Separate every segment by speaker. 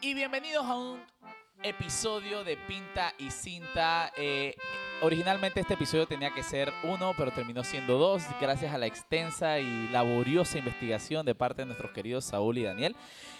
Speaker 1: y bienvenidos a un episodio de Pinta y Cinta. Eh, originalmente este episodio tenía que ser uno, pero terminó siendo dos, gracias a la extensa y laboriosa investigación de parte de nuestros queridos Saúl y Daniel.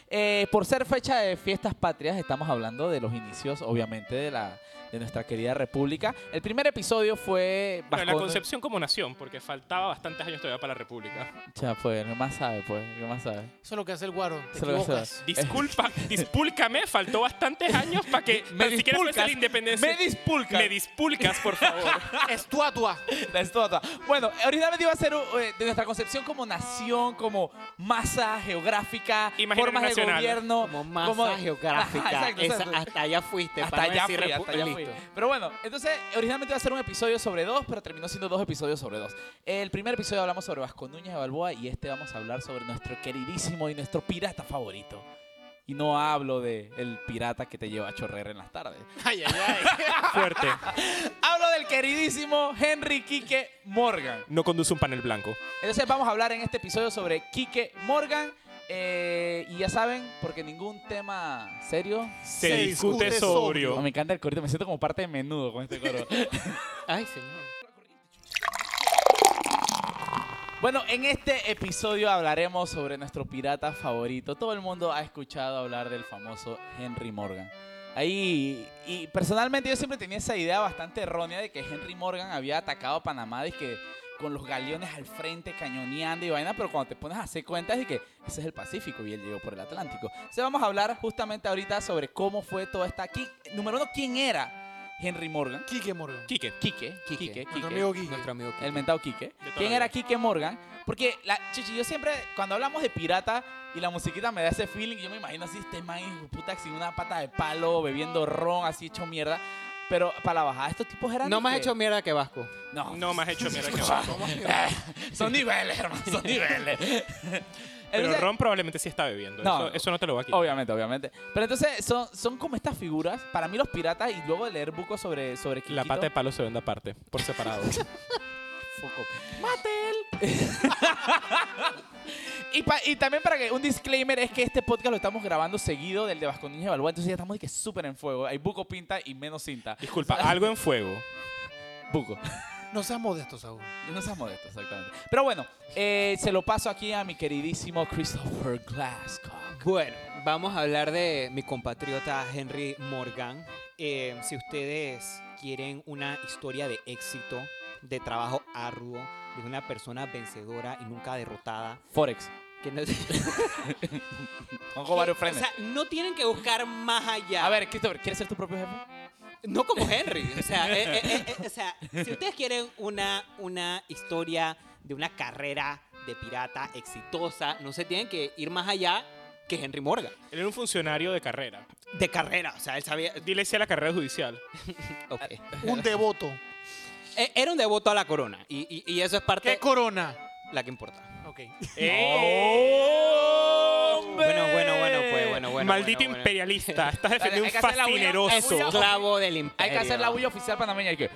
Speaker 1: Eh, por ser fecha de fiestas patrias, estamos hablando de los inicios, obviamente, de, la, de nuestra querida república. El primer episodio fue...
Speaker 2: Pero la
Speaker 1: Vasco-
Speaker 2: concepción como nación, porque faltaba bastantes años todavía para la República.
Speaker 1: Ya, pues, no más sabe, pues, no más sabe.
Speaker 3: Eso es lo que hace el guaro. Te
Speaker 1: Eso es lo que hace.
Speaker 3: equivocas.
Speaker 2: Disculpa, dispúlcame, faltó bastantes años para que
Speaker 1: Me
Speaker 2: para siquiera fuese
Speaker 1: dispulcas,
Speaker 2: la independencia.
Speaker 1: me dispulcas.
Speaker 2: Me dispulcas, por favor.
Speaker 3: Es tu atua.
Speaker 1: La estatua. Bueno, originalmente iba a ser eh, de nuestra concepción como nación, como masa geográfica,
Speaker 2: Imaginario
Speaker 1: formas de
Speaker 2: nacional.
Speaker 1: gobierno.
Speaker 4: Como masa
Speaker 1: como-
Speaker 4: geográfica.
Speaker 1: Ajá, exacto,
Speaker 4: Esa-
Speaker 1: exacto.
Speaker 4: hasta allá fuiste.
Speaker 1: Hasta
Speaker 4: para no
Speaker 1: allá
Speaker 4: decir
Speaker 1: fui,
Speaker 4: repu-
Speaker 1: hasta allá fui.
Speaker 4: listo.
Speaker 1: Pero bueno, entonces originalmente iba a ser un episodio sobre dos, pero terminó siendo dos episodios sobre dos. El primer episodio hablamos sobre Vasco Núñez de Balboa y este vamos a hablar sobre nuestro queridísimo y nuestro pirata favorito. Y no hablo de el pirata que te lleva a chorrer en las tardes.
Speaker 3: Ay, ay, ay.
Speaker 2: Fuerte.
Speaker 1: Hablo del queridísimo Henry Quique Morgan.
Speaker 2: No conduce un panel blanco.
Speaker 1: Entonces vamos a hablar en este episodio sobre Quique Morgan. eh, y ya saben, porque ningún tema serio.
Speaker 2: Se,
Speaker 3: Se
Speaker 2: discute,
Speaker 3: discute
Speaker 2: sobrio.
Speaker 1: Oh, me encanta el corito, me siento como parte de menudo con este coro.
Speaker 4: Ay, señor.
Speaker 1: bueno, en este episodio hablaremos sobre nuestro pirata favorito. Todo el mundo ha escuchado hablar del famoso Henry Morgan. Ahí, y personalmente yo siempre tenía esa idea bastante errónea de que Henry Morgan había atacado a Panamá y que con los galeones al frente cañoneando y vaina, pero cuando te pones a hacer cuentas de que ese es el Pacífico y él llegó por el Atlántico. Entonces vamos a hablar justamente ahorita sobre cómo fue toda esta... qui- número uno, ¿quién era Henry Morgan?
Speaker 3: Quique Morgan.
Speaker 2: Quique.
Speaker 1: Quique, Quique,
Speaker 4: Quique,
Speaker 3: Nuestro
Speaker 1: Quique.
Speaker 3: amigo Quique.
Speaker 4: Nuestro amigo Quique.
Speaker 1: El mentado Quique.
Speaker 2: toda
Speaker 1: ¿Quién
Speaker 2: la
Speaker 1: era
Speaker 2: vida.
Speaker 1: Quique Morgan? Porque, la, chichi, yo siempre, cuando hablamos de pirata y la musiquita me da ese feeling, yo me imagino así, este man, hijo de puta, sin una pata de palo, bebiendo ron, así hecho mierda. Pero para la bajada, estos tipos eran.
Speaker 4: No más
Speaker 1: dije,
Speaker 4: hecho mierda que Vasco.
Speaker 1: No,
Speaker 2: No más hecho mierda que abajo.
Speaker 1: son niveles, hermano, son niveles.
Speaker 2: Pero
Speaker 1: Entonces,
Speaker 2: Ron probablemente sí está bebiendo.
Speaker 1: No,
Speaker 2: eso, eso no te lo va a quitar.
Speaker 1: Obviamente, obviamente. Pero entonces son, son como estas figuras. Para mí los piratas, y luego de leer bucos sobre, sobre
Speaker 2: La
Speaker 1: Quiquito-
Speaker 2: pata de palo se vende aparte, por separado.
Speaker 1: Foco. y, pa- y también para que un disclaimer es que este podcast lo estamos grabando seguido del de Vasco Núñez de Balboa, entonces ya estamos de que súper en fuego. Hay buco pinta y menos cinta.
Speaker 2: Disculpa, algo en fuego.
Speaker 1: Buco.
Speaker 3: No seas modesto, Saúl.
Speaker 1: No seas modesto, exactamente. Pero bueno, eh, se lo paso aquí a mi queridísimo Christopher Glasgow.
Speaker 4: Bueno, vamos a hablar de mi compatriota Henry Morgan. Eh, si ustedes quieren una historia de éxito, de trabajo arduo, de una persona vencedora y nunca derrotada,
Speaker 1: Forex.
Speaker 4: que no,
Speaker 1: Pongo varios
Speaker 4: o
Speaker 1: frenes.
Speaker 4: sea, no tienen que buscar más allá.
Speaker 1: a ver, Christopher, ¿quieres ser tu propio jefe?
Speaker 4: No como Henry. O sea, eh, eh, eh, eh, o sea, si ustedes quieren una, una historia de una carrera de pirata exitosa, no se tienen que ir más allá que Henry Morgan.
Speaker 2: Él era un funcionario de carrera.
Speaker 4: De carrera. O sea, él sabía.
Speaker 2: Dile sí a la carrera judicial.
Speaker 4: ok.
Speaker 3: Un devoto.
Speaker 4: Eh, Era un devoto a la corona. Y, y- y eso es parte
Speaker 3: ¿Qué corona?
Speaker 4: la que importa.
Speaker 3: Ok.
Speaker 2: Eh,
Speaker 1: ¡Hombre!
Speaker 4: ¡Oh! Bueno, bueno, bueno, pues, bueno, bueno.
Speaker 2: Maldito
Speaker 4: bueno, bueno.
Speaker 2: imperialista. Estás defendiendo
Speaker 1: hay
Speaker 2: un
Speaker 1: que hacer la bulla.
Speaker 2: fascineroso.
Speaker 1: Eso.
Speaker 4: Esclavo del imperio.
Speaker 1: Hay que hacer la bulla oficial panameña. Hay que...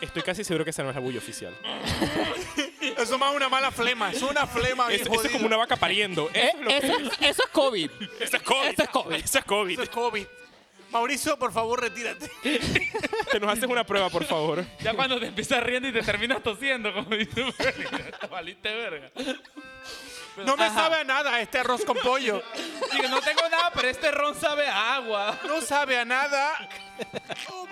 Speaker 2: Estoy casi seguro que esa no es la bulla oficial.
Speaker 3: Eso es más una mala flema. Es una flema.
Speaker 2: Eso, eso es como una vaca pariendo.
Speaker 4: Eh,
Speaker 2: Eso es lo que-
Speaker 4: eso, eso es COVID.
Speaker 2: eso es COVID.
Speaker 4: eso es COVID.
Speaker 2: Eso es COVID.
Speaker 3: COVID. Mauricio, por favor, retírate.
Speaker 2: Te nos haces una prueba, por favor.
Speaker 1: Ya cuando te empiezas riendo y te terminas tosiendo, como dice Félix, valiste verga.
Speaker 3: No me sabe a nada este arroz con pollo.
Speaker 1: Digo, no tengo nada, pero este ron sabe a agua.
Speaker 3: No sabe a nada.
Speaker 4: Oh,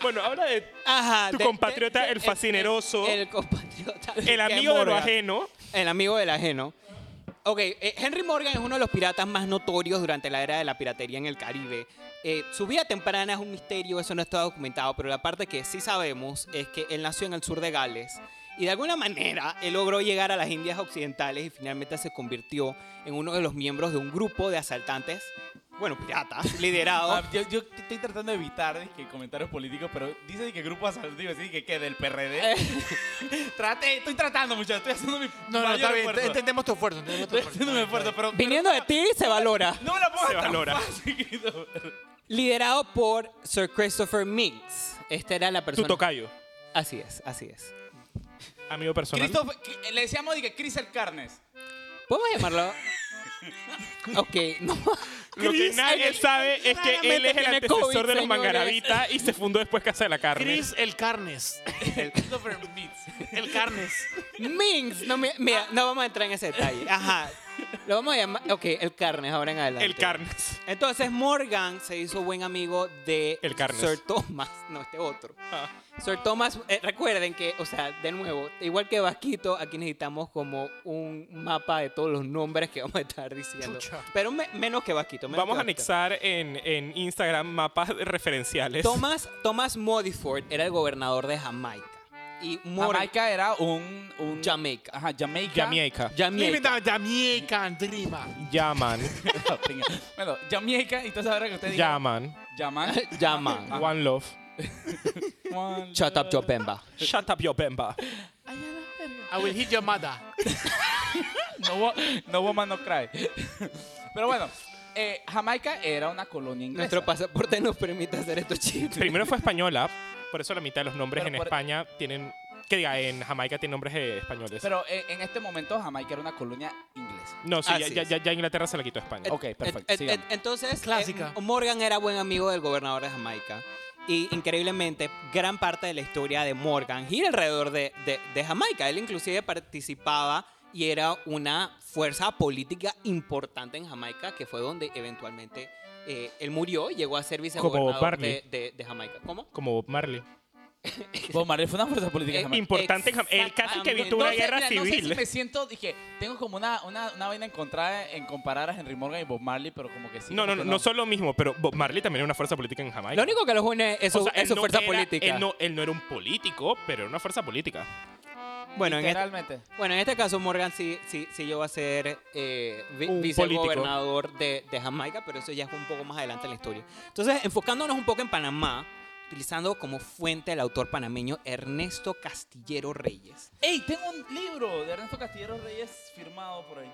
Speaker 2: Bueno, habla de
Speaker 4: Ajá.
Speaker 2: Tu compatriota, el fascineroso.
Speaker 4: El, el compatriota.
Speaker 2: el
Speaker 4: que
Speaker 2: amigo de lo
Speaker 4: Morgan.
Speaker 2: ajeno.
Speaker 4: El amigo del ajeno. Ok, eh, Henry Morgan es uno de los piratas más notorios durante la era de la piratería en el Caribe. Eh, su vida temprana es un misterio, eso no está documentado, pero la parte que sí sabemos es que él nació en el sur de Gales y de alguna manera él logró llegar a las Indias Occidentales y finalmente se convirtió en uno de los miembros de un grupo de asaltantes, bueno, piratas,
Speaker 2: Ah,
Speaker 4: liderado.
Speaker 1: Ah,
Speaker 3: Ah,
Speaker 1: yo, yo estoy tratando de evitar dizque, comentarios políticos, pero dice dizque, grupo asaltivo, así que qué, del PRD. Traté, estoy tratando, muchachos, estoy haciendo mi
Speaker 3: Eh. No, no,
Speaker 1: mayor
Speaker 3: está bien.
Speaker 1: esfuerzo.
Speaker 3: Entendemos tu esfuerzo. Entendemos tu
Speaker 1: Estoy haciendo mi esfuerzo, pero...
Speaker 4: Viniendo de ti se valora.
Speaker 1: No me la pongas
Speaker 2: Se
Speaker 1: tan
Speaker 2: valora.
Speaker 1: fácil, Christopher.
Speaker 4: Liderado por Sir Christopher Minks. Esta era la
Speaker 2: Tu
Speaker 4: persona.
Speaker 2: tocayo.
Speaker 4: Así es, así es.
Speaker 2: Amigo personal.
Speaker 1: Christopher, le decíamos, dije, Chris el Carnes.
Speaker 4: Podemos llamarlo Ok, no.
Speaker 2: Lo que
Speaker 3: Chris,
Speaker 2: nadie
Speaker 3: él
Speaker 2: sabe es que él
Speaker 4: claramente
Speaker 2: es el
Speaker 4: tiene
Speaker 2: antecesor
Speaker 4: COVID,
Speaker 2: de los
Speaker 4: señores.
Speaker 2: mangaravitas y se fundó después Casa de la Carne.
Speaker 3: Chris el Carnes.
Speaker 1: Christopher Meets.
Speaker 3: El Carnes.
Speaker 4: Minx, no, me- mira, no vamos a entrar en ese detalle. Ajá. Lo vamos a llamar. Ok, el carnes ahora en adelante.
Speaker 2: el Carnes.
Speaker 4: Entonces Morgan se hizo buen amigo de
Speaker 2: El Carnes.
Speaker 4: Sir Thomas, no este otro.
Speaker 2: Ah.
Speaker 4: Sir Thomas, eh, recuerden que, o sea, de nuevo, igual que Vasquito, aquí necesitamos como un mapa de todos los nombres que vamos a estar diciendo.
Speaker 3: Chucha.
Speaker 4: Pero me- menos que Vasquito. menos
Speaker 2: Vamos
Speaker 4: que
Speaker 2: a
Speaker 4: Vasquito.
Speaker 2: anexar en, en Instagram mapas referenciales.
Speaker 4: Thomas, Thomas Modiford era el gobernador de Jamaica. Y Morgan.
Speaker 1: Jamaica era un... un
Speaker 4: Jamaica.
Speaker 1: Ajá, Jamaica.
Speaker 2: Jamaica.
Speaker 4: Jamaica.
Speaker 3: Limita Jamaican Dreamer.
Speaker 2: Yaman.
Speaker 1: Venga. bueno, Jamaica, entonces ahora que usted diga...
Speaker 2: Yaman.
Speaker 1: Yaman. Ah,
Speaker 4: Llama.
Speaker 2: One Love.
Speaker 1: One,
Speaker 4: Shut up, your Bemba.
Speaker 2: Shut up, yo Bemba.
Speaker 1: Ay, a la verga.
Speaker 3: I will hit your mother.
Speaker 1: No, wo- no woman no cry. Pero bueno, eh, Jamaica era una colonia inglesa.
Speaker 4: Nuestro pasaporte nos permite hacer estos chistes.
Speaker 2: Primero fue española, por eso la mitad de los nombres
Speaker 1: Pero
Speaker 2: en
Speaker 1: por-
Speaker 2: España tienen. Que diga, en Jamaica tienen nombres eh, españoles.
Speaker 1: Pero eh, en este momento Jamaica era una colonia inglesa.
Speaker 2: no, sí, ya,
Speaker 4: Así
Speaker 2: ya-
Speaker 4: es.
Speaker 2: ya- ya Inglaterra se la quitó a España.
Speaker 1: Ok, perfecto.
Speaker 4: Et- et-
Speaker 1: sigamos.
Speaker 4: et- entonces,
Speaker 3: Clásica.
Speaker 4: eh, Morgan era buen amigo del gobernador de Jamaica. Y increíblemente, gran parte de la historia de Morgan gira alrededor de, de- de Jamaica. Él inclusive participaba y era una fuerza política importante en Jamaica, que fue donde eventualmente eh, él murió y llegó a ser vicegobernador
Speaker 2: Barney.
Speaker 4: de, de- de Jamaica. ¿Cómo?
Speaker 2: Como Bob Marley.
Speaker 1: Bob Marley fue una fuerza política
Speaker 4: Eh,
Speaker 1: jamaica.
Speaker 2: Importante. en Jam- Él casi que evitó una
Speaker 1: No sé,
Speaker 2: guerra
Speaker 1: mira,
Speaker 2: civil.
Speaker 1: No sé si me siento, dije, tengo como una, una, una vaina encontrada en comparar a Henry Morgan y Bob Marley, pero como que sí.
Speaker 2: No,
Speaker 1: como
Speaker 2: no, no,
Speaker 1: que
Speaker 2: no son lo mismo, pero Bob Marley también era una fuerza política en Jamaica.
Speaker 4: Lo único que los une es su,
Speaker 2: O sea, él
Speaker 4: es su
Speaker 2: no
Speaker 4: fuerza
Speaker 2: era-
Speaker 4: política.
Speaker 2: Él no, él no era un político, pero era una fuerza política.
Speaker 4: bueno, en este,
Speaker 1: Literalmente.
Speaker 4: Bueno, en este caso Morgan sí, sí, sí llegó a ser eh, vi-
Speaker 2: Un
Speaker 4: vicegobernador de, de Jamaica, pero eso ya fue un poco más adelante en la historia. Entonces, enfocándonos un poco en Panamá, utilizando como fuente el autor panameño Ernesto Castillero Reyes.
Speaker 1: ¡Ey! Tengo un libro de Ernesto Castillero Reyes firmado por ahí.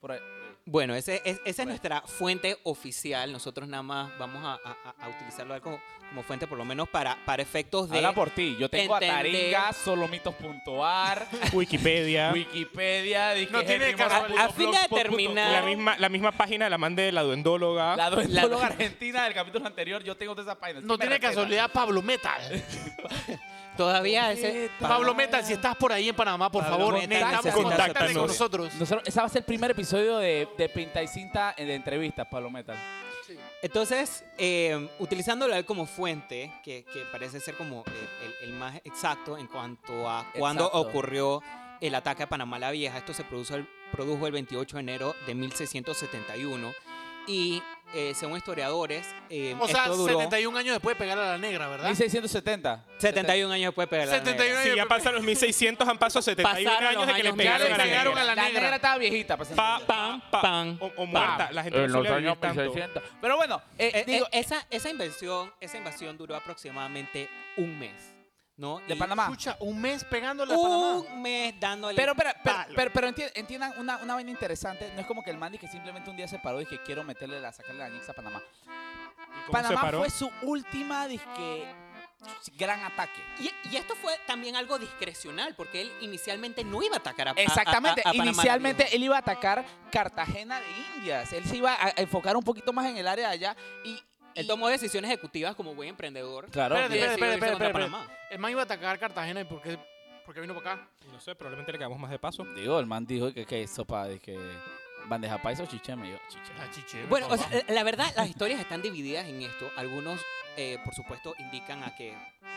Speaker 1: Por ahí.
Speaker 4: Bueno, ese, es- esa es nuestra fuente oficial. Nosotros nada más vamos a, a- a- a utilizarlo como, como fuente, por lo menos para, para efectos de...
Speaker 1: Habla por ti. Yo tengo
Speaker 4: entender-
Speaker 1: a Taringa, solomitos.ar,
Speaker 2: Wikipedia.
Speaker 1: Wikipedia, dije
Speaker 3: No tiene
Speaker 1: Henry
Speaker 3: caso.
Speaker 1: Morgan
Speaker 4: A- a fin
Speaker 1: punto
Speaker 4: de
Speaker 1: blogspot punto com.
Speaker 4: determinar-
Speaker 2: la, misma, la misma página de la man de la duendóloga.
Speaker 1: Ah. La
Speaker 4: La-
Speaker 1: doentóloga argentina del capítulo anterior, yo tengo todas esas páginas.
Speaker 3: No
Speaker 1: Sí me
Speaker 3: tiene
Speaker 1: respeta.
Speaker 3: casualidad Pablo Metal.
Speaker 4: Todavía ese...
Speaker 3: Pablo Metal, si estás por ahí en Panamá, por
Speaker 4: Pablo
Speaker 3: favor,
Speaker 4: Metal,
Speaker 3: necesitamos
Speaker 4: necesitas
Speaker 3: contactarte con
Speaker 2: nosotros.
Speaker 3: nosotros.
Speaker 1: Nosotros, ese va a ser el primer episodio de, de Pinta y Cinta eh, de entrevistas, Pablo Metal.
Speaker 4: Entonces, eh, utilizándolo a él como fuente, que, que parece ser como eh, el, el- el más exacto en cuanto a cuándo
Speaker 1: Exacto.
Speaker 4: ocurrió el ataque a Panamá la Vieja, esto se produjo el, produjo el 28 de enero de 1671 y eh, según historiadores, eh,
Speaker 3: O sea,
Speaker 4: esto duró
Speaker 3: 71 años después de pegar a la negra, ¿verdad?
Speaker 1: 1670.
Speaker 4: 71 años después de pegar la
Speaker 3: 71
Speaker 4: negra.
Speaker 2: Si ya pasan los 1600, han pasado 71
Speaker 4: Pasaron los
Speaker 2: años de que le
Speaker 4: años mil.
Speaker 2: pegaron
Speaker 3: Ya
Speaker 2: a
Speaker 3: le
Speaker 2: la
Speaker 3: pegaron
Speaker 2: negra.
Speaker 3: a la negra.
Speaker 1: estaba viejita. para ese
Speaker 2: Pa,
Speaker 1: entonces.
Speaker 2: pam, pa,
Speaker 4: Pam,
Speaker 2: O, o
Speaker 4: pam.
Speaker 2: muerta. La gente no suele vivir tanto.
Speaker 1: Pero bueno, eh,
Speaker 4: Eh,
Speaker 1: digo,
Speaker 4: eh, esa, esa inversión, esa invasión duró aproximadamente un mes, ¿no?
Speaker 1: de
Speaker 4: Y
Speaker 1: Panamá.
Speaker 3: Escucha, un mes pegándole a Panamá.
Speaker 4: ah. Un mes dándole
Speaker 1: Pero, espera, pero,
Speaker 4: palo.
Speaker 1: pero, pero enti- entiendan una, una vaina interesante. No es como que el man que simplemente un día se paró y dije, quiero meterle la, sacarle la ñixa a Panamá.
Speaker 2: ¿Y cómo se
Speaker 1: Panamá
Speaker 2: paró?
Speaker 1: fue su última, dizque, gran ataque.
Speaker 4: Y, y esto fue también algo discrecional, porque él inicialmente no iba a atacar a a-
Speaker 1: Exactamente.
Speaker 4: a- a- a Panamá la
Speaker 1: Inicialmente
Speaker 4: Vieja.
Speaker 1: él iba a atacar Cartagena de Indias. Él se iba a a enfocar un poquito más en el área de allá y...
Speaker 4: Él
Speaker 1: y-
Speaker 4: tomó decisiones ejecutivas como buen emprendedor.
Speaker 1: Claro,
Speaker 4: Y
Speaker 3: Espérate,
Speaker 1: obvio.
Speaker 3: espérate,
Speaker 4: decidió
Speaker 3: espérate,
Speaker 4: irse contra
Speaker 3: espérate, espérate.
Speaker 4: Panamá.
Speaker 3: El man iba a atacar Cartagena y por qué, por qué vino para acá.
Speaker 2: No sé, probablemente le quedamos más de paso.
Speaker 1: Digo, el man dijo que, que sopa, de que bandeja paisa o chicheme. Yo,
Speaker 3: La
Speaker 1: chicheme.
Speaker 3: chiche.
Speaker 4: Bueno, o sea, la verdad, las historias están divididas en esto. Algunos, eh, por supuesto, indican a que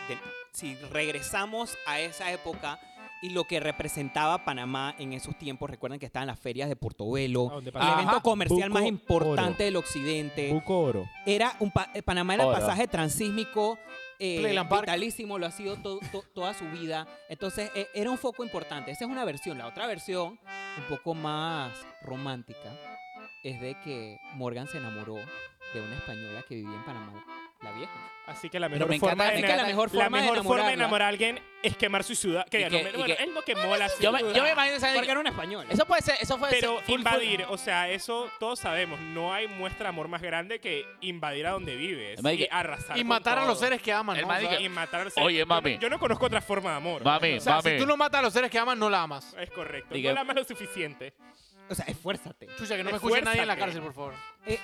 Speaker 4: de- si regresamos a esa época y lo que representaba Panamá en esos tiempos, recuerden que estaban las ferias de
Speaker 1: Ah,
Speaker 2: ¿A
Speaker 4: Portobelo,
Speaker 2: dónde
Speaker 4: el
Speaker 2: pasa?
Speaker 4: evento
Speaker 1: Ajá.
Speaker 4: comercial más
Speaker 2: Buco
Speaker 4: importante del occidente.
Speaker 2: Oro.
Speaker 4: era un pa- eh, Panamá era el
Speaker 1: Ahora.
Speaker 4: pasaje transísmico eh,
Speaker 3: Playland Park.
Speaker 4: vitalísimo, lo ha sido to- to- toda su vida. Entonces eh, era un foco importante. Esa es una versión. La otra versión, un poco más romántica, es de que Morgan se enamoró de una española que vivía en Panamá, la vieja.
Speaker 2: Así que la
Speaker 1: Pero
Speaker 2: mejor
Speaker 1: me encanta-
Speaker 2: forma
Speaker 1: me
Speaker 2: de
Speaker 1: encanta
Speaker 2: enamorar-
Speaker 4: la mejor
Speaker 2: la
Speaker 4: forma de
Speaker 2: mejor forma de
Speaker 4: enamorarla.
Speaker 2: enamorar a alguien es quemar su ciudad. Que,
Speaker 1: Y
Speaker 2: ya,
Speaker 1: que-
Speaker 2: no me-
Speaker 1: y
Speaker 2: bueno,
Speaker 1: que-
Speaker 2: es lo que mola.
Speaker 1: Yo me,
Speaker 2: sin
Speaker 1: yo me
Speaker 2: duda.
Speaker 1: imagino, ¿sabes?
Speaker 4: Porque era una española.
Speaker 1: Eso puede ser, eso puede
Speaker 2: Pero
Speaker 1: ser. full, full.
Speaker 2: invadir, o sea, eso todos sabemos. No hay muestra de amor más grande que invadir a donde vives
Speaker 1: Además, y
Speaker 2: y
Speaker 1: que-
Speaker 2: arrasar.
Speaker 3: y
Speaker 2: con
Speaker 3: matar a
Speaker 2: todo.
Speaker 3: los seres que aman.
Speaker 1: El
Speaker 3: ¿no?
Speaker 1: man
Speaker 3: O sea,
Speaker 1: dice-
Speaker 2: Y matar a los seres-
Speaker 1: Oye,
Speaker 2: yo no-
Speaker 1: mami.
Speaker 2: Yo, no conozco otra forma de amor.
Speaker 3: o sea, si tú no matas a los seres que aman, no la amas.
Speaker 2: Es correcto.
Speaker 1: Y
Speaker 2: No
Speaker 1: que-
Speaker 2: la amas lo suficiente.
Speaker 5: O sea, esfuérzate.
Speaker 3: Chucha, que no me escuche nadie en la
Speaker 2: Esfuérzate.
Speaker 3: cárcel, por favor.
Speaker 5: Eh, eh,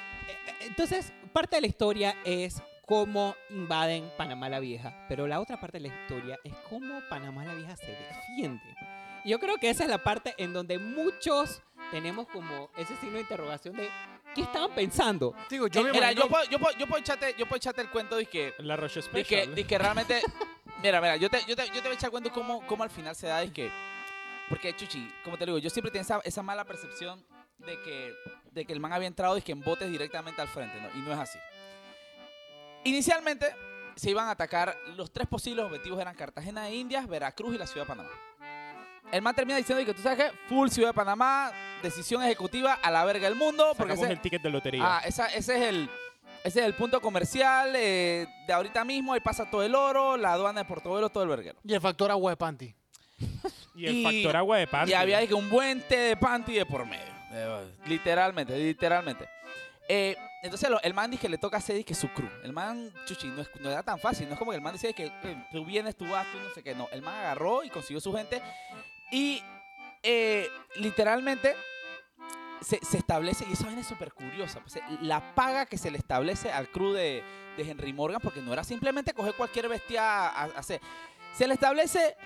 Speaker 5: eh, entonces, parte de la historia es cómo invaden Panamá la Vieja, pero la otra parte de la historia es cómo Panamá la Vieja se defiende. Y Yo creo que esa es la parte en donde muchos tenemos como ese signo de interrogación de ¿qué estaban pensando?
Speaker 3: Digo, Eh, yo
Speaker 1: Yo,
Speaker 3: me
Speaker 1: mira,
Speaker 3: imagino-
Speaker 1: yo puedo, yo, puedo, yo, puedo echarte, yo puedo echarte el cuento de que,
Speaker 2: La Roche
Speaker 1: de que, de que realmente... Mira, mira, yo te, yo, te, yo te voy a echar el cuento cómo, cómo al final se da, es que... Porque, Chuchi, como te digo, yo siempre tenía esa, esa mala percepción de que, de que el man había entrado y que en botes directamente al frente, ¿no? Y no es así. Inicialmente se iban a atacar, los tres posibles objetivos eran Cartagena de Indias, Veracruz y la Ciudad de Panamá. El man termina diciendo que tú sabes qué, full Ciudad de Panamá, decisión ejecutiva a la verga del mundo, porque
Speaker 2: Sacamos
Speaker 1: ese-
Speaker 2: el ticket de lotería.
Speaker 1: Ah, esa- ese es el. Ese es el punto comercial eh, de ahorita mismo. Ahí pasa todo el oro, la aduana de Portobelo, todo el verguero.
Speaker 3: Y el factor agua de panty.
Speaker 2: y el
Speaker 1: y-
Speaker 2: factor agua de pan.
Speaker 1: Y había dije, un buen té de panty de por medio. Eh, Literalmente, literalmente. Eh, entonces lo- el man dice que le toca hacer que su crew. El man, chuchi, no, es, no era tan fácil. No es como que el man decía que eh, tú vienes, tú vas, tú no sé qué. No, el man agarró y consiguió su gente. Y eh, literalmente se, se establece, y esa vaina es súper curiosa, pues, eh, la paga que se le establece al crew de, de Henry Morgan, porque no era simplemente coger cualquier bestia a, a hacer. Se le establece,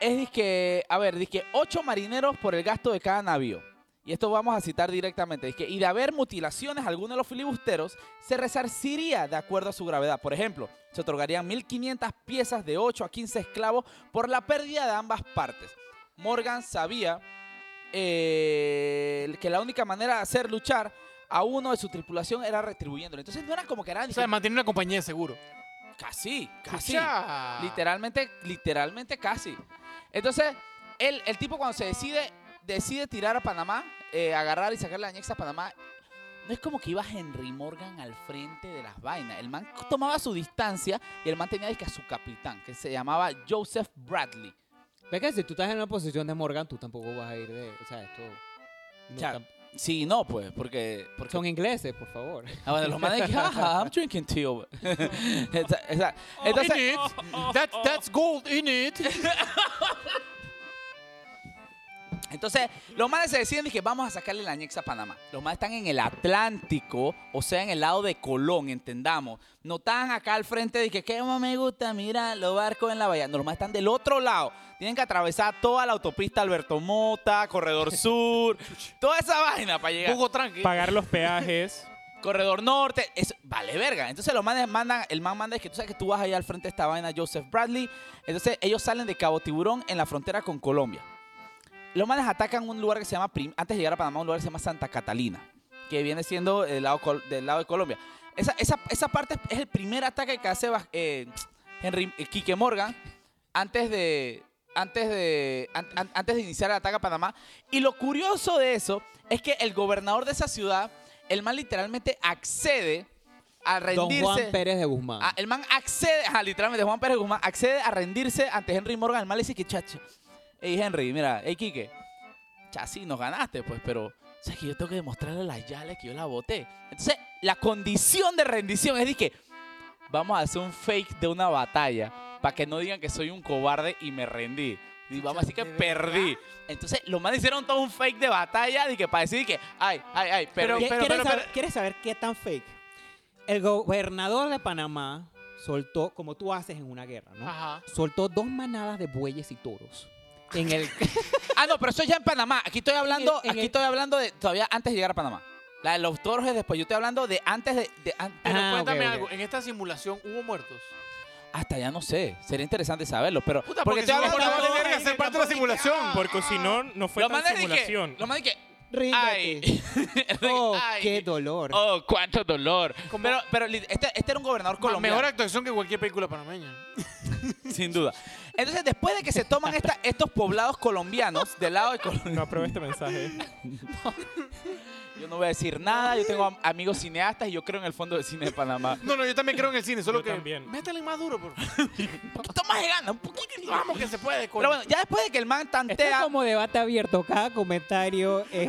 Speaker 1: es disque, a ver, disque, ocho marineros por el gasto de cada navío. Y esto vamos a citar directamente. Disque, y de haber mutilaciones a alguno de los filibusteros, se resarciría de acuerdo a su gravedad. Por ejemplo, se otorgarían 1.500 piezas de 8 a 15 esclavos por la pérdida de ambas partes. Morgan sabía eh, que la única manera de hacer luchar a uno de su tripulación era retribuyéndole. Entonces no era como que eran
Speaker 3: O sea, mantiene una compañía de seguro.
Speaker 1: casi,
Speaker 3: Ah,
Speaker 1: casi.
Speaker 3: Chucha.
Speaker 1: Literalmente, literalmente casi. Entonces, el, el tipo cuando se decide, decide tirar a Panamá, eh, agarrar y sacar la anexa a Panamá, no es como que iba Henry Morgan al frente de las vainas. El man tomaba su distancia y el man tenía que a su capitán, que se llamaba Joseph Bradley.
Speaker 5: Ve que si tú estás en una posición de Morgan, tú tampoco vas a ir de... O sea, esto... no
Speaker 1: Cha-
Speaker 5: tam-
Speaker 1: Sí, no, pues, porque... porque
Speaker 5: son ingleses, por favor.
Speaker 1: Ah, bueno, los manes que, "Ah, I'm drinking tea. over". Esa- esa-
Speaker 3: Oh, in
Speaker 1: Entonces,
Speaker 3: it. That- that's gold in it.
Speaker 1: entonces, los manes se deciden que vamos a sacarle la ñexa a Panamá. Los manes están en el Atlántico, o sea, en el lado de Colón, entendamos. No están acá al frente de que, ¿qué más me gusta? Mira, los barcos en la bahía. No, los manes están del otro lado. Tienen que atravesar toda la autopista Alberto Mota, Corredor Sur, toda esa vaina para llegar.
Speaker 3: Hugo Tranqui.
Speaker 2: Pagar los peajes.
Speaker 1: Corredor Norte, eso, vale verga. Entonces los manes mandan, el man manda es que tú sabes que tú vas allá al frente de esta vaina Joseph Bradley. Entonces ellos salen de Cabo Tiburón en la frontera con Colombia. Los manes atacan un lugar que se llama, prim- antes de llegar a Panamá, un lugar que se llama Santa Catalina, que viene siendo del lado, col- del lado de Colombia. Esa, esa- esa parte es- es el primer ataque que hace Bas- eh, Henry, eh, Quique Morgan antes de, antes, de, an- an- antes de iniciar el ataque a Panamá. Y lo curioso de eso es que el gobernador de esa ciudad, el man literalmente accede a
Speaker 5: Don
Speaker 1: rendirse.
Speaker 5: Juan Pérez de Guzmán.
Speaker 1: Ah, el man accede, ajá, literalmente, Juan Pérez Guzmán accede a rendirse ante Henry Morgan. El man le dice que, chacho, hey Henry, mira, hey Quique, ya sí, nos ganaste, pues, pero, ¿sabes que yo tengo que demostrarle a las Yales que yo la voté? Entonces, la condición de rendición es de que vamos a hacer un fake de una batalla para que no digan que soy un cobarde y me rendí. Y vamos a decir que
Speaker 3: ¿de verdad?
Speaker 1: perdí. Entonces, los manes hicieron todo un fake de batalla de que para decir que, ay, ay, ay,
Speaker 5: ¿Qué-
Speaker 1: perdí.
Speaker 5: ¿Quieres saber, quieres saber qué tan fake? El gobernador de Panamá soltó, como tú haces en una guerra, ¿no?
Speaker 3: Ajá.
Speaker 5: Soltó dos manadas de bueyes y toros. En el,
Speaker 1: Ah, no, pero eso es ya en Panamá. Aquí estoy hablando,
Speaker 5: En el- en
Speaker 1: aquí
Speaker 5: el-
Speaker 1: estoy hablando de todavía antes de llegar a Panamá. La de los toros es después. Yo estoy hablando de antes de, de an-
Speaker 3: Pero
Speaker 5: Ah, ok,
Speaker 3: cuéntame
Speaker 5: ok.
Speaker 3: algo. En esta simulación hubo muertos.
Speaker 1: hasta ya no sé. Sería interesante saberlo, pero
Speaker 3: Puta,
Speaker 1: porque
Speaker 3: porque si
Speaker 1: estoy
Speaker 3: no,
Speaker 1: hablando
Speaker 3: por favor,
Speaker 1: de
Speaker 6: que ser parte de la simulación.
Speaker 2: Porque si no, no fue
Speaker 1: lo
Speaker 2: tan
Speaker 1: más de
Speaker 2: simulación.
Speaker 1: que, lo más de que,
Speaker 5: Ríndete.
Speaker 1: ay,
Speaker 5: Oh,
Speaker 1: Ay.
Speaker 5: qué dolor.
Speaker 1: oh, cuánto dolor. Pero, pero li- este, este era un gobernador
Speaker 3: Con la
Speaker 1: colombiano.
Speaker 3: mejor actuación que cualquier película panameña.
Speaker 1: sin duda. Entonces, después de que se toman esta- estos poblados colombianos del lado de Colombia.
Speaker 2: No aprobé este mensaje.
Speaker 1: Yo no voy a decir nada, yo tengo am- amigos cineastas y yo creo en el Fondo de Cine de Panamá.
Speaker 3: No, no, yo también creo en el cine, solo
Speaker 2: Yo
Speaker 3: que.
Speaker 2: también.
Speaker 3: Métele más duro, por favor.
Speaker 1: Un poquito más de gana, un poquito más.
Speaker 3: Vamos, que se puede, coño.
Speaker 1: Pero bueno, ya después de que el man
Speaker 5: Esto es
Speaker 1: tantea...
Speaker 5: como debate abierto. Cada comentario es. es-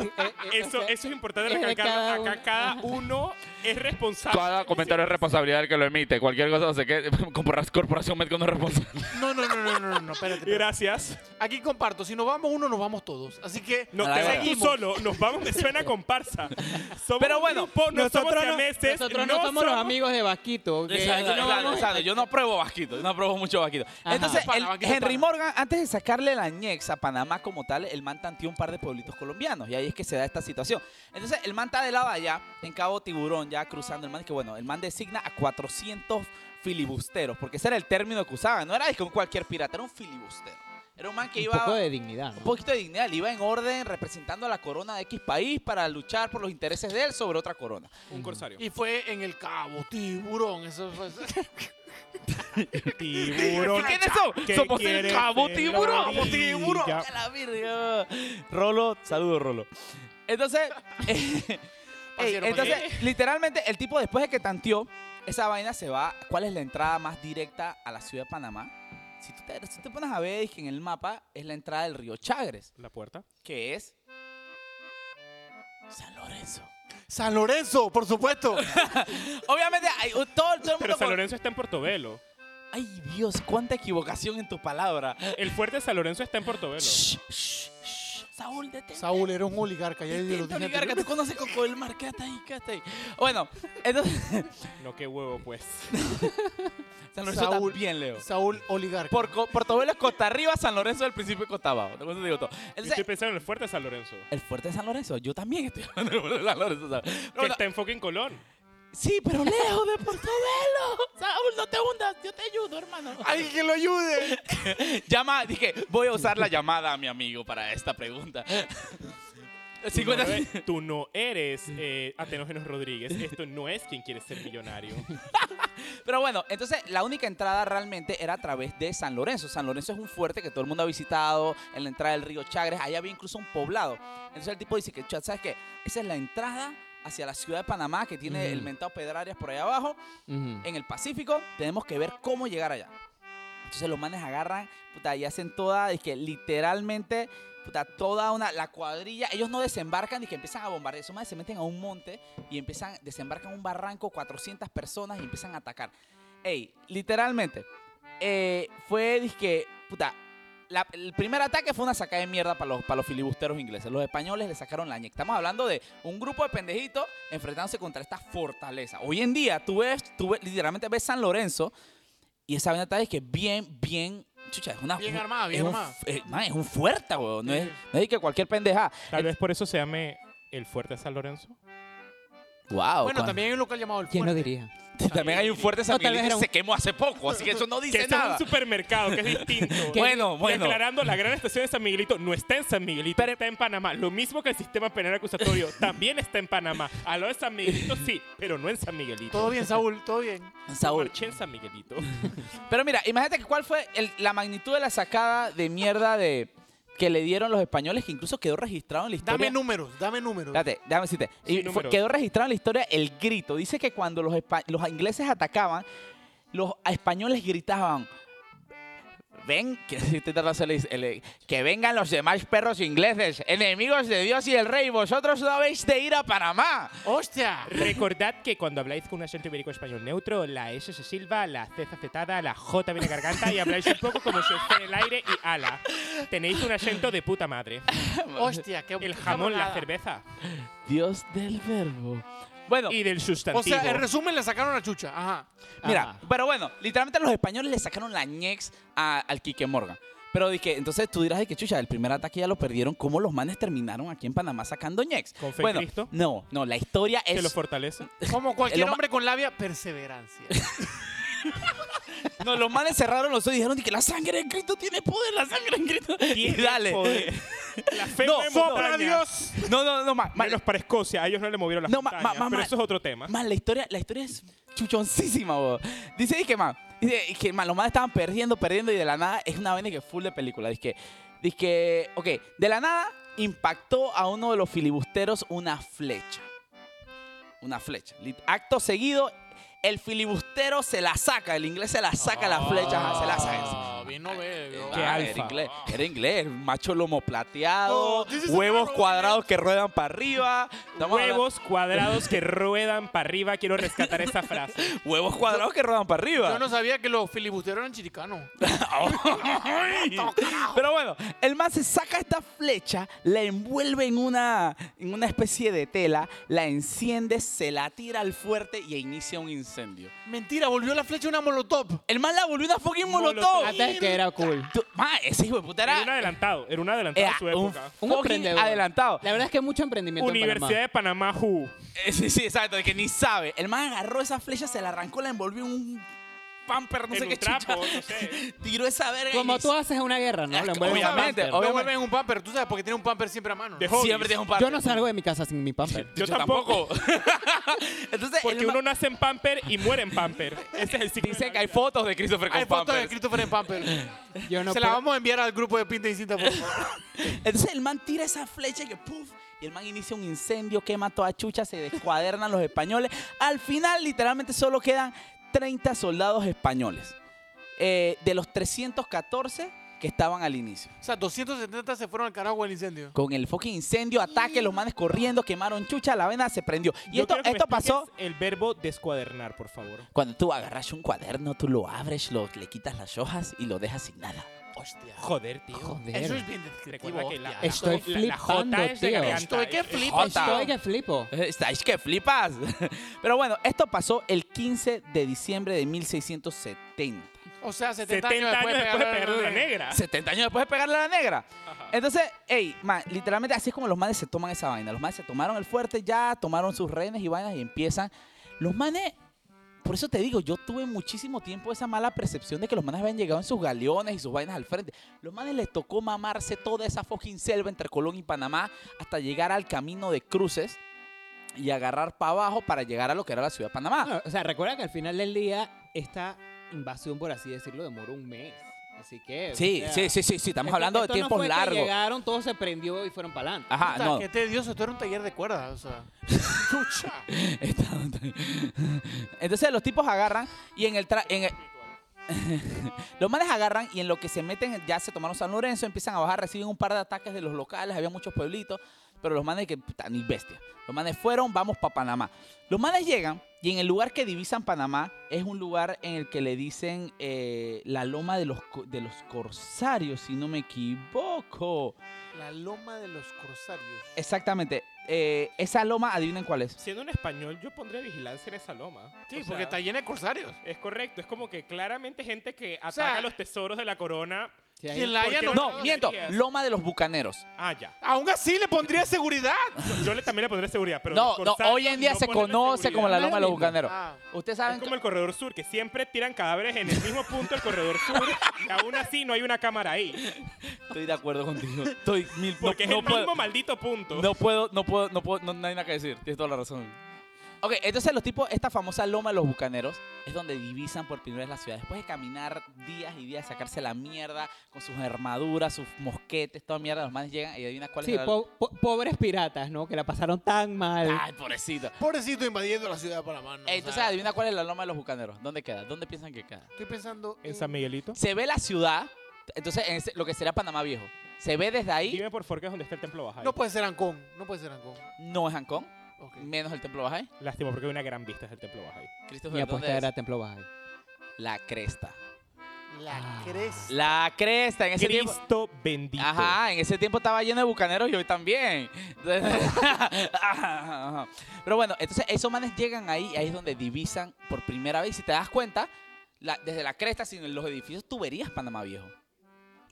Speaker 5: es-
Speaker 2: Eso,
Speaker 5: es-
Speaker 2: eso es importante
Speaker 5: Es de cada
Speaker 2: recalcar.
Speaker 5: uno.
Speaker 2: Acá cada uno es responsable.
Speaker 7: Cada comentario es responsabilidad del que lo emite. Cualquier cosa, no sé qué. Corpor- Corporación Metco no es responsable.
Speaker 3: No, no, no, no, no, no, no, espérate. espérate.
Speaker 2: Gracias.
Speaker 3: Aquí comparto, si nos vamos uno, nos vamos todos. Así que.
Speaker 2: No
Speaker 1: A la
Speaker 2: te vas
Speaker 1: verga.
Speaker 2: tú solo, nos vamos, me suena comparsa. Somos
Speaker 1: Pero bueno,
Speaker 2: un grupo, no somos
Speaker 5: no-
Speaker 2: siameses,
Speaker 5: nosotros no, somos los amigos de Vasquito. ¿ok?
Speaker 1: Exacto,
Speaker 5: Aquí no
Speaker 1: exacto,
Speaker 5: vamos-
Speaker 1: exacto. Yo no apruebo Vasquito, yo no apruebo mucho Vasquito.
Speaker 5: Ajá.
Speaker 1: Entonces,
Speaker 3: Pana,
Speaker 1: el-
Speaker 3: Vasquito
Speaker 1: Henry
Speaker 3: pana.
Speaker 1: Morgan, antes de sacarle la ñex a Panamá como tal, el man tanteó un par de pueblitos colombianos y ahí es que se da esta situación. Entonces, el man está de lado allá, en Cabo Tiburón, ya cruzando el man, que bueno, el man designa a 400 filibusteros, porque ese era el término que usaban, no era de que un cualquier pirata, era un filibustero. Era un man que
Speaker 5: Un
Speaker 1: iba...
Speaker 5: poco de dignidad.
Speaker 1: Un
Speaker 5: ¿no?
Speaker 1: poquito de dignidad, le iba en orden representando a la corona de X país para luchar por los intereses de él sobre otra corona.
Speaker 2: Un corsario.
Speaker 3: Y fue en el cabo, tiburón. Eso fue.
Speaker 2: tiburón.
Speaker 1: ¿Qué tiene eso?
Speaker 2: ¿Qué
Speaker 1: Somos el
Speaker 2: quieres
Speaker 1: cabo
Speaker 2: ser
Speaker 1: tiburón.
Speaker 2: la
Speaker 1: Cabo tiburón.
Speaker 2: orilla?
Speaker 1: A la virga. Rolo, saludos, Rolo. Entonces, eh, ey,
Speaker 3: Pasero,
Speaker 1: entonces literalmente, el tipo después de que tanteó, esa vaina se va. ¿Cuál es la entrada más directa a la ciudad de Panamá? Si tú te, si te pones a ver, es que en el mapa es la entrada del río Chagres,
Speaker 2: La puerta.
Speaker 1: que es San Lorenzo.
Speaker 3: San Lorenzo, por supuesto.
Speaker 1: Obviamente, hay, todo, todo el mundo.
Speaker 2: Pero San
Speaker 1: con-
Speaker 2: Lorenzo está en Portobelo.
Speaker 1: Ay, Dios, cuánta equivocación en tu palabra.
Speaker 2: El fuerte San Lorenzo está en Portobelo.
Speaker 1: Shh, shh, shh. Saúl, detente.
Speaker 3: Saúl era un oligarca. Ya yo lo
Speaker 1: Detente,
Speaker 3: dije
Speaker 1: oligarca,
Speaker 3: anteriormente.
Speaker 1: tú conoces Coco del Mar, quédate ahí, quédate ahí. Bueno, entonces.
Speaker 2: No, qué huevo, pues.
Speaker 1: San Lorenzo
Speaker 3: Saúl.
Speaker 1: también, Leo.
Speaker 3: Saúl, oligarca.
Speaker 1: Por, Co- Portobelo es Costa Arriba, San Lorenzo del Principio y Costa Abajo. Con eso te digo todo.
Speaker 2: Yo estoy
Speaker 1: Entonces,
Speaker 2: pensando en el fuerte San Lorenzo.
Speaker 1: el fuerte de San Lorenzo, yo también estoy hablando del fuerte de San Lorenzo. ¿sabes? Pero
Speaker 2: Que
Speaker 1: bueno,
Speaker 2: está en fucking Colón.
Speaker 1: sí, pero lejos de Portobelo. Saúl, no te hundas, yo te ayudo, hermano.
Speaker 3: ¡Alguien que lo ayude!
Speaker 1: Llama, dije, voy a usar la llamada a mi amigo para esta pregunta.
Speaker 2: Tú no
Speaker 1: 50
Speaker 2: eres- Tú no eres eh, Atenógenos Rodríguez. Esto no es quien quiere ser millonario.
Speaker 1: Pero bueno, entonces la única entrada realmente era a través de San Lorenzo. San Lorenzo es un fuerte que todo el mundo ha visitado, en la entrada del río Chagres, allá había incluso un poblado. Entonces el tipo dice que, "Chat, ¿sabes qué? Esa es la entrada hacia la ciudad de Panamá que tiene
Speaker 5: Ujú.
Speaker 1: el mentado Pedrarias por allá abajo,
Speaker 5: Ujú.
Speaker 1: en el Pacífico, tenemos que ver cómo llegar allá. Entonces los manes agarran, puta, y hacen toda, es que literalmente, puta, toda una, la cuadrilla, ellos no desembarcan y que empiezan a bombardear, esos manes se meten a un monte y empiezan, desembarcan un barranco, 400 personas y empiezan a atacar. Ey, literalmente, eh, fue, dizque, puta, la- el primer ataque fue una saca de mierda para los, para los filibusteros ingleses. Los españoles le sacaron la ñe. Estamos hablando de un grupo de pendejitos enfrentándose contra esta fortaleza. Hoy en día, tú ves, tú ves- literalmente ves San Lorenzo y esa vaina está es que bien, bien. Chucha, es una.
Speaker 3: Bien
Speaker 1: un-
Speaker 3: armada, bien
Speaker 1: es un-
Speaker 3: armada.
Speaker 1: eh, man, es un fuerte, weón. No es, no es que cualquier pendeja.
Speaker 2: Tal vez por eso se llame el fuerte San Lorenzo.
Speaker 1: Wow.
Speaker 3: Bueno, también hay un local llamado El
Speaker 5: ¿Quién lo
Speaker 3: Fuerte.
Speaker 5: diría?
Speaker 1: también hay un fuerte San
Speaker 5: No, tal
Speaker 1: Miguelito
Speaker 5: vez era
Speaker 1: que
Speaker 5: un-
Speaker 1: se quemó hace poco, así que eso no
Speaker 2: Que
Speaker 1: dice
Speaker 2: esto es un
Speaker 1: nada.
Speaker 2: supermercado, que es distinto.
Speaker 1: Bueno, bueno.
Speaker 2: Declarando la gran estación de San Miguelito no está en San Miguelito,
Speaker 1: Pero-
Speaker 2: está en Panamá. Lo mismo que el sistema penal acusatorio también está en Panamá. A lo de San Miguelito sí, pero no en San Miguelito.
Speaker 3: Todo bien, Saúl, todo bien.
Speaker 1: Saúl.
Speaker 2: Marché en San Miguelito.
Speaker 1: Pero mira, imagínate que cuál fue el- la magnitud de la sacada de mierda de que le dieron los españoles, que incluso quedó registrado en la historia.
Speaker 3: Dame números, dame números.
Speaker 1: Espérate, déjame decirte. Y
Speaker 2: Sin
Speaker 1: fue-
Speaker 2: números.
Speaker 1: quedó registrado en la historia el grito. Dice que cuando los, espa- los ingleses atacaban, los españoles gritaban. Ven, que, este estoy tratando de hacerle- el- que vengan los demás perros ingleses, enemigos de Dios y el rey, vosotros no habéis de ir a Panamá.
Speaker 3: ¡Hostia!
Speaker 2: Recordad que cuando habláis con un acento ibérico español neutro, la S se silba, la C es acetada, la J viene garganta y habláis un poco como si os fuera el aire y ala. Tenéis un acento de puta madre.
Speaker 3: ¡Hostia! Qué,
Speaker 2: El
Speaker 3: qué
Speaker 2: jamón, la
Speaker 3: jamonada.
Speaker 2: cerveza
Speaker 1: Dios del verbo. Bueno,
Speaker 2: y del
Speaker 3: O
Speaker 2: sustantivo.
Speaker 3: sea, en resumen, le sacaron la chucha. Ajá.
Speaker 1: Mira,
Speaker 5: Ajá.
Speaker 1: pero bueno, literalmente los españoles le sacaron la ñex a- al Quique Morgan. Pero dije, entonces tú dirás de que chucha, el primer ataque ya lo perdieron, ¿cómo los manes terminaron aquí en Panamá sacando ñex?
Speaker 2: ¿Con fe en
Speaker 1: bueno,
Speaker 2: Cristo?
Speaker 1: no, no, la historia
Speaker 2: ¿Que lo
Speaker 1: es
Speaker 2: fortalece?
Speaker 3: Como cualquier
Speaker 1: Lo ma-
Speaker 3: hombre con labia, perseverancia.
Speaker 1: no, los manes cerraron los ojos y dijeron de que la sangre en Cristo tiene poder, la sangre en Cristo. Y dale.
Speaker 2: Joder. La fe
Speaker 1: No,
Speaker 2: no, mueve
Speaker 1: sopla
Speaker 2: montañas.
Speaker 3: Dios.
Speaker 1: No, no, no, más, más,
Speaker 2: Menos para Escocia, a ellos no le movieron las
Speaker 1: No, ma- ma-
Speaker 2: montañas,
Speaker 1: ma-
Speaker 2: pero
Speaker 1: ma-
Speaker 2: eso es otro tema.
Speaker 1: Man, la historia, la historia es chuchoncísima, bo. Dice que, man, dice que man, los manes estaban perdiendo, perdiendo y de la nada es una vaina que full de película. Dice que, dice que, ok, de la nada impactó a uno de los filibusteros una flecha. Una flecha. Lit- Acto seguido, el filibustero se la saca, el inglés se la saca la flecha, ajá, se la saca.
Speaker 3: Ah, bien novel, bro.
Speaker 2: Qué
Speaker 1: Ah,
Speaker 2: alfa.
Speaker 1: Era inglés, era inglés, macho lomo plateado,
Speaker 3: No, this is
Speaker 1: huevos
Speaker 3: America.
Speaker 1: cuadrados que ruedan para arriba. Estamos hablando-
Speaker 2: Huevos cuadrados que ruedan para arriba. Quiero rescatar esa frase.
Speaker 1: huevos cuadrados que ruedan para arriba.
Speaker 3: Yo no sabía que los filibusteros eran chiricanos.
Speaker 1: Pero bueno, el man se saca esta flecha, la envuelve en una, en una especie de tela, la enciende, se la tira al fuerte y inicia un incendio.
Speaker 3: Mentira, volvió la flecha una molotov.
Speaker 1: El man la volvió una fucking molotov.
Speaker 2: Molotov.
Speaker 4: Antes que Ah, era cool.
Speaker 1: Tú- ma, ese hijo de puta
Speaker 2: Era un
Speaker 1: era,
Speaker 2: adelantado. Era un adelantado
Speaker 1: era
Speaker 2: a su
Speaker 1: un,
Speaker 2: época.
Speaker 4: Un
Speaker 1: fucking
Speaker 4: emprendedor.
Speaker 1: adelantado.
Speaker 4: La verdad es que mucho emprendimiento
Speaker 2: Universidad
Speaker 4: en
Speaker 2: de Panamá, Ju.
Speaker 1: Eh, sí, sí, exacto, de que ni sabe. El man agarró esa flecha, se la arrancó, la envolvió en un pamper, no
Speaker 2: En
Speaker 1: sé
Speaker 2: un
Speaker 1: qué
Speaker 2: trapo,
Speaker 1: chucha.
Speaker 2: no sé.
Speaker 1: Tiró esa verga.
Speaker 4: Panamá.
Speaker 1: y
Speaker 4: Como tú
Speaker 1: inició-
Speaker 4: haces en una guerra, ¿no? Lo envuelves en un
Speaker 1: Obviamente,
Speaker 4: pamper.
Speaker 3: Lo
Speaker 1: obviamente.
Speaker 3: envuelven en un pamper, tú sabes, porque tiene un pamper siempre a mano.
Speaker 2: De
Speaker 1: Siempre tiene un par.
Speaker 4: Yo no salgo de mi casa sin mi pamper.
Speaker 2: Yo tampoco.
Speaker 1: Entonces, el
Speaker 2: Porque
Speaker 1: man-
Speaker 2: uno nace en pamper y muere en pamper. Ese es el ciclo.
Speaker 1: Dice que hay fotos de Christopher con
Speaker 3: Hay fotos de
Speaker 1: pampers.
Speaker 3: Christopher en pamper.
Speaker 4: Yo no
Speaker 3: Se la
Speaker 4: puedo-
Speaker 3: vamos a enviar al grupo de Pinta y Cinta, por favor.
Speaker 1: Entonces el man tira esa flecha que puff. Y el man inicia un incendio, quema toda chucha, se descuadernan los españoles. Al final, literalmente, solo quedan 30 soldados españoles. eh, de los 314 que estaban al inicio.
Speaker 3: O sea, 270 se fueron al carajo del incendio.
Speaker 1: Con el fucking incendio, ataque, los manes corriendo, quemaron chucha, la vena se prendió. Y
Speaker 2: Yo
Speaker 1: esto,
Speaker 2: quiero que me
Speaker 1: esto pasó
Speaker 2: expliques El verbo descuadernar, por favor.
Speaker 1: cuando tú agarras un cuaderno, tú lo abres, lo, le quitas las hojas y lo dejas sin nada.
Speaker 3: Hostia.
Speaker 2: Joder, tío.
Speaker 4: Joder.
Speaker 3: Eso es bien descriptivo.
Speaker 2: Recuerda que la,
Speaker 3: hostia.
Speaker 4: Estoy
Speaker 2: la- la J
Speaker 4: flipando,
Speaker 2: es de
Speaker 4: tío.
Speaker 2: garganta.
Speaker 3: Estoy que flipo.
Speaker 4: Estoy que flipo.
Speaker 1: Estáis que flipas. Pero bueno, esto pasó el 15 de diciembre de 1670.
Speaker 3: O sea,
Speaker 2: 70
Speaker 3: 70, años después de
Speaker 2: de
Speaker 3: pegarle a
Speaker 2: perder la
Speaker 3: la nena.
Speaker 2: negra.
Speaker 1: 70 años después de pegarle a la negra. Entonces, ey, man, literalmente así es como los manes se toman esa vaina. Los manes se tomaron el fuerte ya, tomaron sus rehenes y vainas y empiezan. Los manes, por eso te digo, yo tuve muchísimo tiempo esa mala percepción de que los manes habían llegado en sus galeones y sus vainas al frente. Los manes les tocó mamarse toda esa fucking selva entre Colón y Panamá hasta llegar al camino de cruces y agarrar para abajo para llegar a lo que era la ciudad de Panamá.
Speaker 4: Ah, O sea, recuerda que al final del día, esta invasión, por así decirlo, demoró un mes. Así que. o
Speaker 1: Sí,
Speaker 4: sea,
Speaker 1: sí, sí, sí, sí, estamos
Speaker 4: esto-
Speaker 1: hablando de
Speaker 4: esto no
Speaker 1: tiempos
Speaker 4: fue que
Speaker 1: largos. Ah,
Speaker 4: Llegaron, todo se prendió y fueron para adelante.
Speaker 1: Ajá,
Speaker 3: Puta,
Speaker 1: no.
Speaker 3: Qué tedioso, esto era un taller de cuerdas, o sea. Chucha.
Speaker 1: Entonces los tipos agarran y en el... tra- en el- los manes agarran y en lo que se meten ya se tomaron San Lorenzo, empiezan a bajar, reciben un par de ataques de los locales, había muchos pueblitos, pero los manes que... puta, ni bestia. Los manes fueron, vamos para Panamá. Los manes llegan y en el lugar que divisan Panamá es un lugar en el que le dicen eh, la loma de los, co- de los corsarios, si no me equivoco.
Speaker 3: La loma de los corsarios.
Speaker 1: Exactamente. eh, esa loma, adivinen cuál es.
Speaker 2: Siendo un español, yo pondría vigilancia en esa loma.
Speaker 3: Sí,
Speaker 2: O
Speaker 3: porque
Speaker 2: sea,
Speaker 3: está llena de corsarios.
Speaker 2: Es correcto, es como que claramente gente que ataca
Speaker 3: sea,
Speaker 2: los tesoros de la corona.
Speaker 4: Sí, ahí-
Speaker 3: Quien la
Speaker 2: ¿por
Speaker 3: haya
Speaker 2: qué no?
Speaker 3: nombrado-
Speaker 1: No, miento, Loma de los Bucaneros.
Speaker 2: Ah, ya.
Speaker 3: Aún así le pondría seguridad.
Speaker 2: Yo- Yo le, también le pondré seguridad, pero.
Speaker 1: No,
Speaker 2: los
Speaker 1: no,
Speaker 2: corsarios
Speaker 1: hoy en día
Speaker 2: no
Speaker 1: se
Speaker 2: ponerle
Speaker 1: conoce
Speaker 2: seguridad.
Speaker 1: como la
Speaker 4: No es
Speaker 1: loma de
Speaker 4: lo
Speaker 1: los
Speaker 4: mismo.
Speaker 1: bucaneros.
Speaker 3: Ah.
Speaker 1: Ustedes
Speaker 2: Es
Speaker 1: saben
Speaker 2: como el corredor sur, que siempre tiran cadáveres en el mismo punto del corredor sur y aún así no hay una cámara ahí.
Speaker 1: Estoy de acuerdo contigo. Estoy mil
Speaker 2: Porque
Speaker 1: no,
Speaker 2: es el
Speaker 1: puedo,
Speaker 2: mismo maldito punto.
Speaker 1: no puedo, no puedo, no puedo, no, no hay nada que decir. Tienes toda la razón. Ok, entonces los tipos, esta famosa loma de los bucaneros es donde divisan por primera vez la ciudad. Después de caminar días y días, sacarse la mierda con sus armaduras, sus mosquetes, toda mierda, los manes llegan y adivinas cuál
Speaker 4: Sí,
Speaker 1: es la
Speaker 4: po- po- pobres piratas, ¿no? Que la pasaron tan mal.
Speaker 1: Ay, pobrecito.
Speaker 3: Pobrecito invadiendo la ciudad de Panamá. ¿no? O sea,
Speaker 1: Entonces adivina cuál es la loma de los bucaneros. ¿Dónde queda? ¿Dónde piensan que queda?
Speaker 3: estoy pensando.
Speaker 2: En San Miguelito.
Speaker 1: Se ve la ciudad, entonces en ese- lo que será Panamá Viejo. Se ve desde ahí,
Speaker 2: Dime por favor que es donde está el templo Bajay.
Speaker 3: No puede ser Ancón. No puede ser Ancón.
Speaker 1: no es Ancón,
Speaker 3: Ok.
Speaker 1: menos el Templo Bajay.
Speaker 2: Lástima porque hay una gran vista del templo Bajay.
Speaker 4: Mi
Speaker 1: Christopher,
Speaker 4: apuesta
Speaker 1: ¿dónde es?
Speaker 4: era Templo Baja.
Speaker 1: La cresta.
Speaker 3: La cresta.
Speaker 1: La cresta en ese tiempo.
Speaker 2: Cristo bendito.
Speaker 1: Ajá, en ese tiempo estaba lleno de bucaneros y hoy también. Ajá, ajá. Pero bueno, entonces esos manes llegan ahí y ahí es donde divisan por primera vez. Y Si te das cuenta, la- desde la cresta, sino en los edificios, tú verías Panamá Viejo.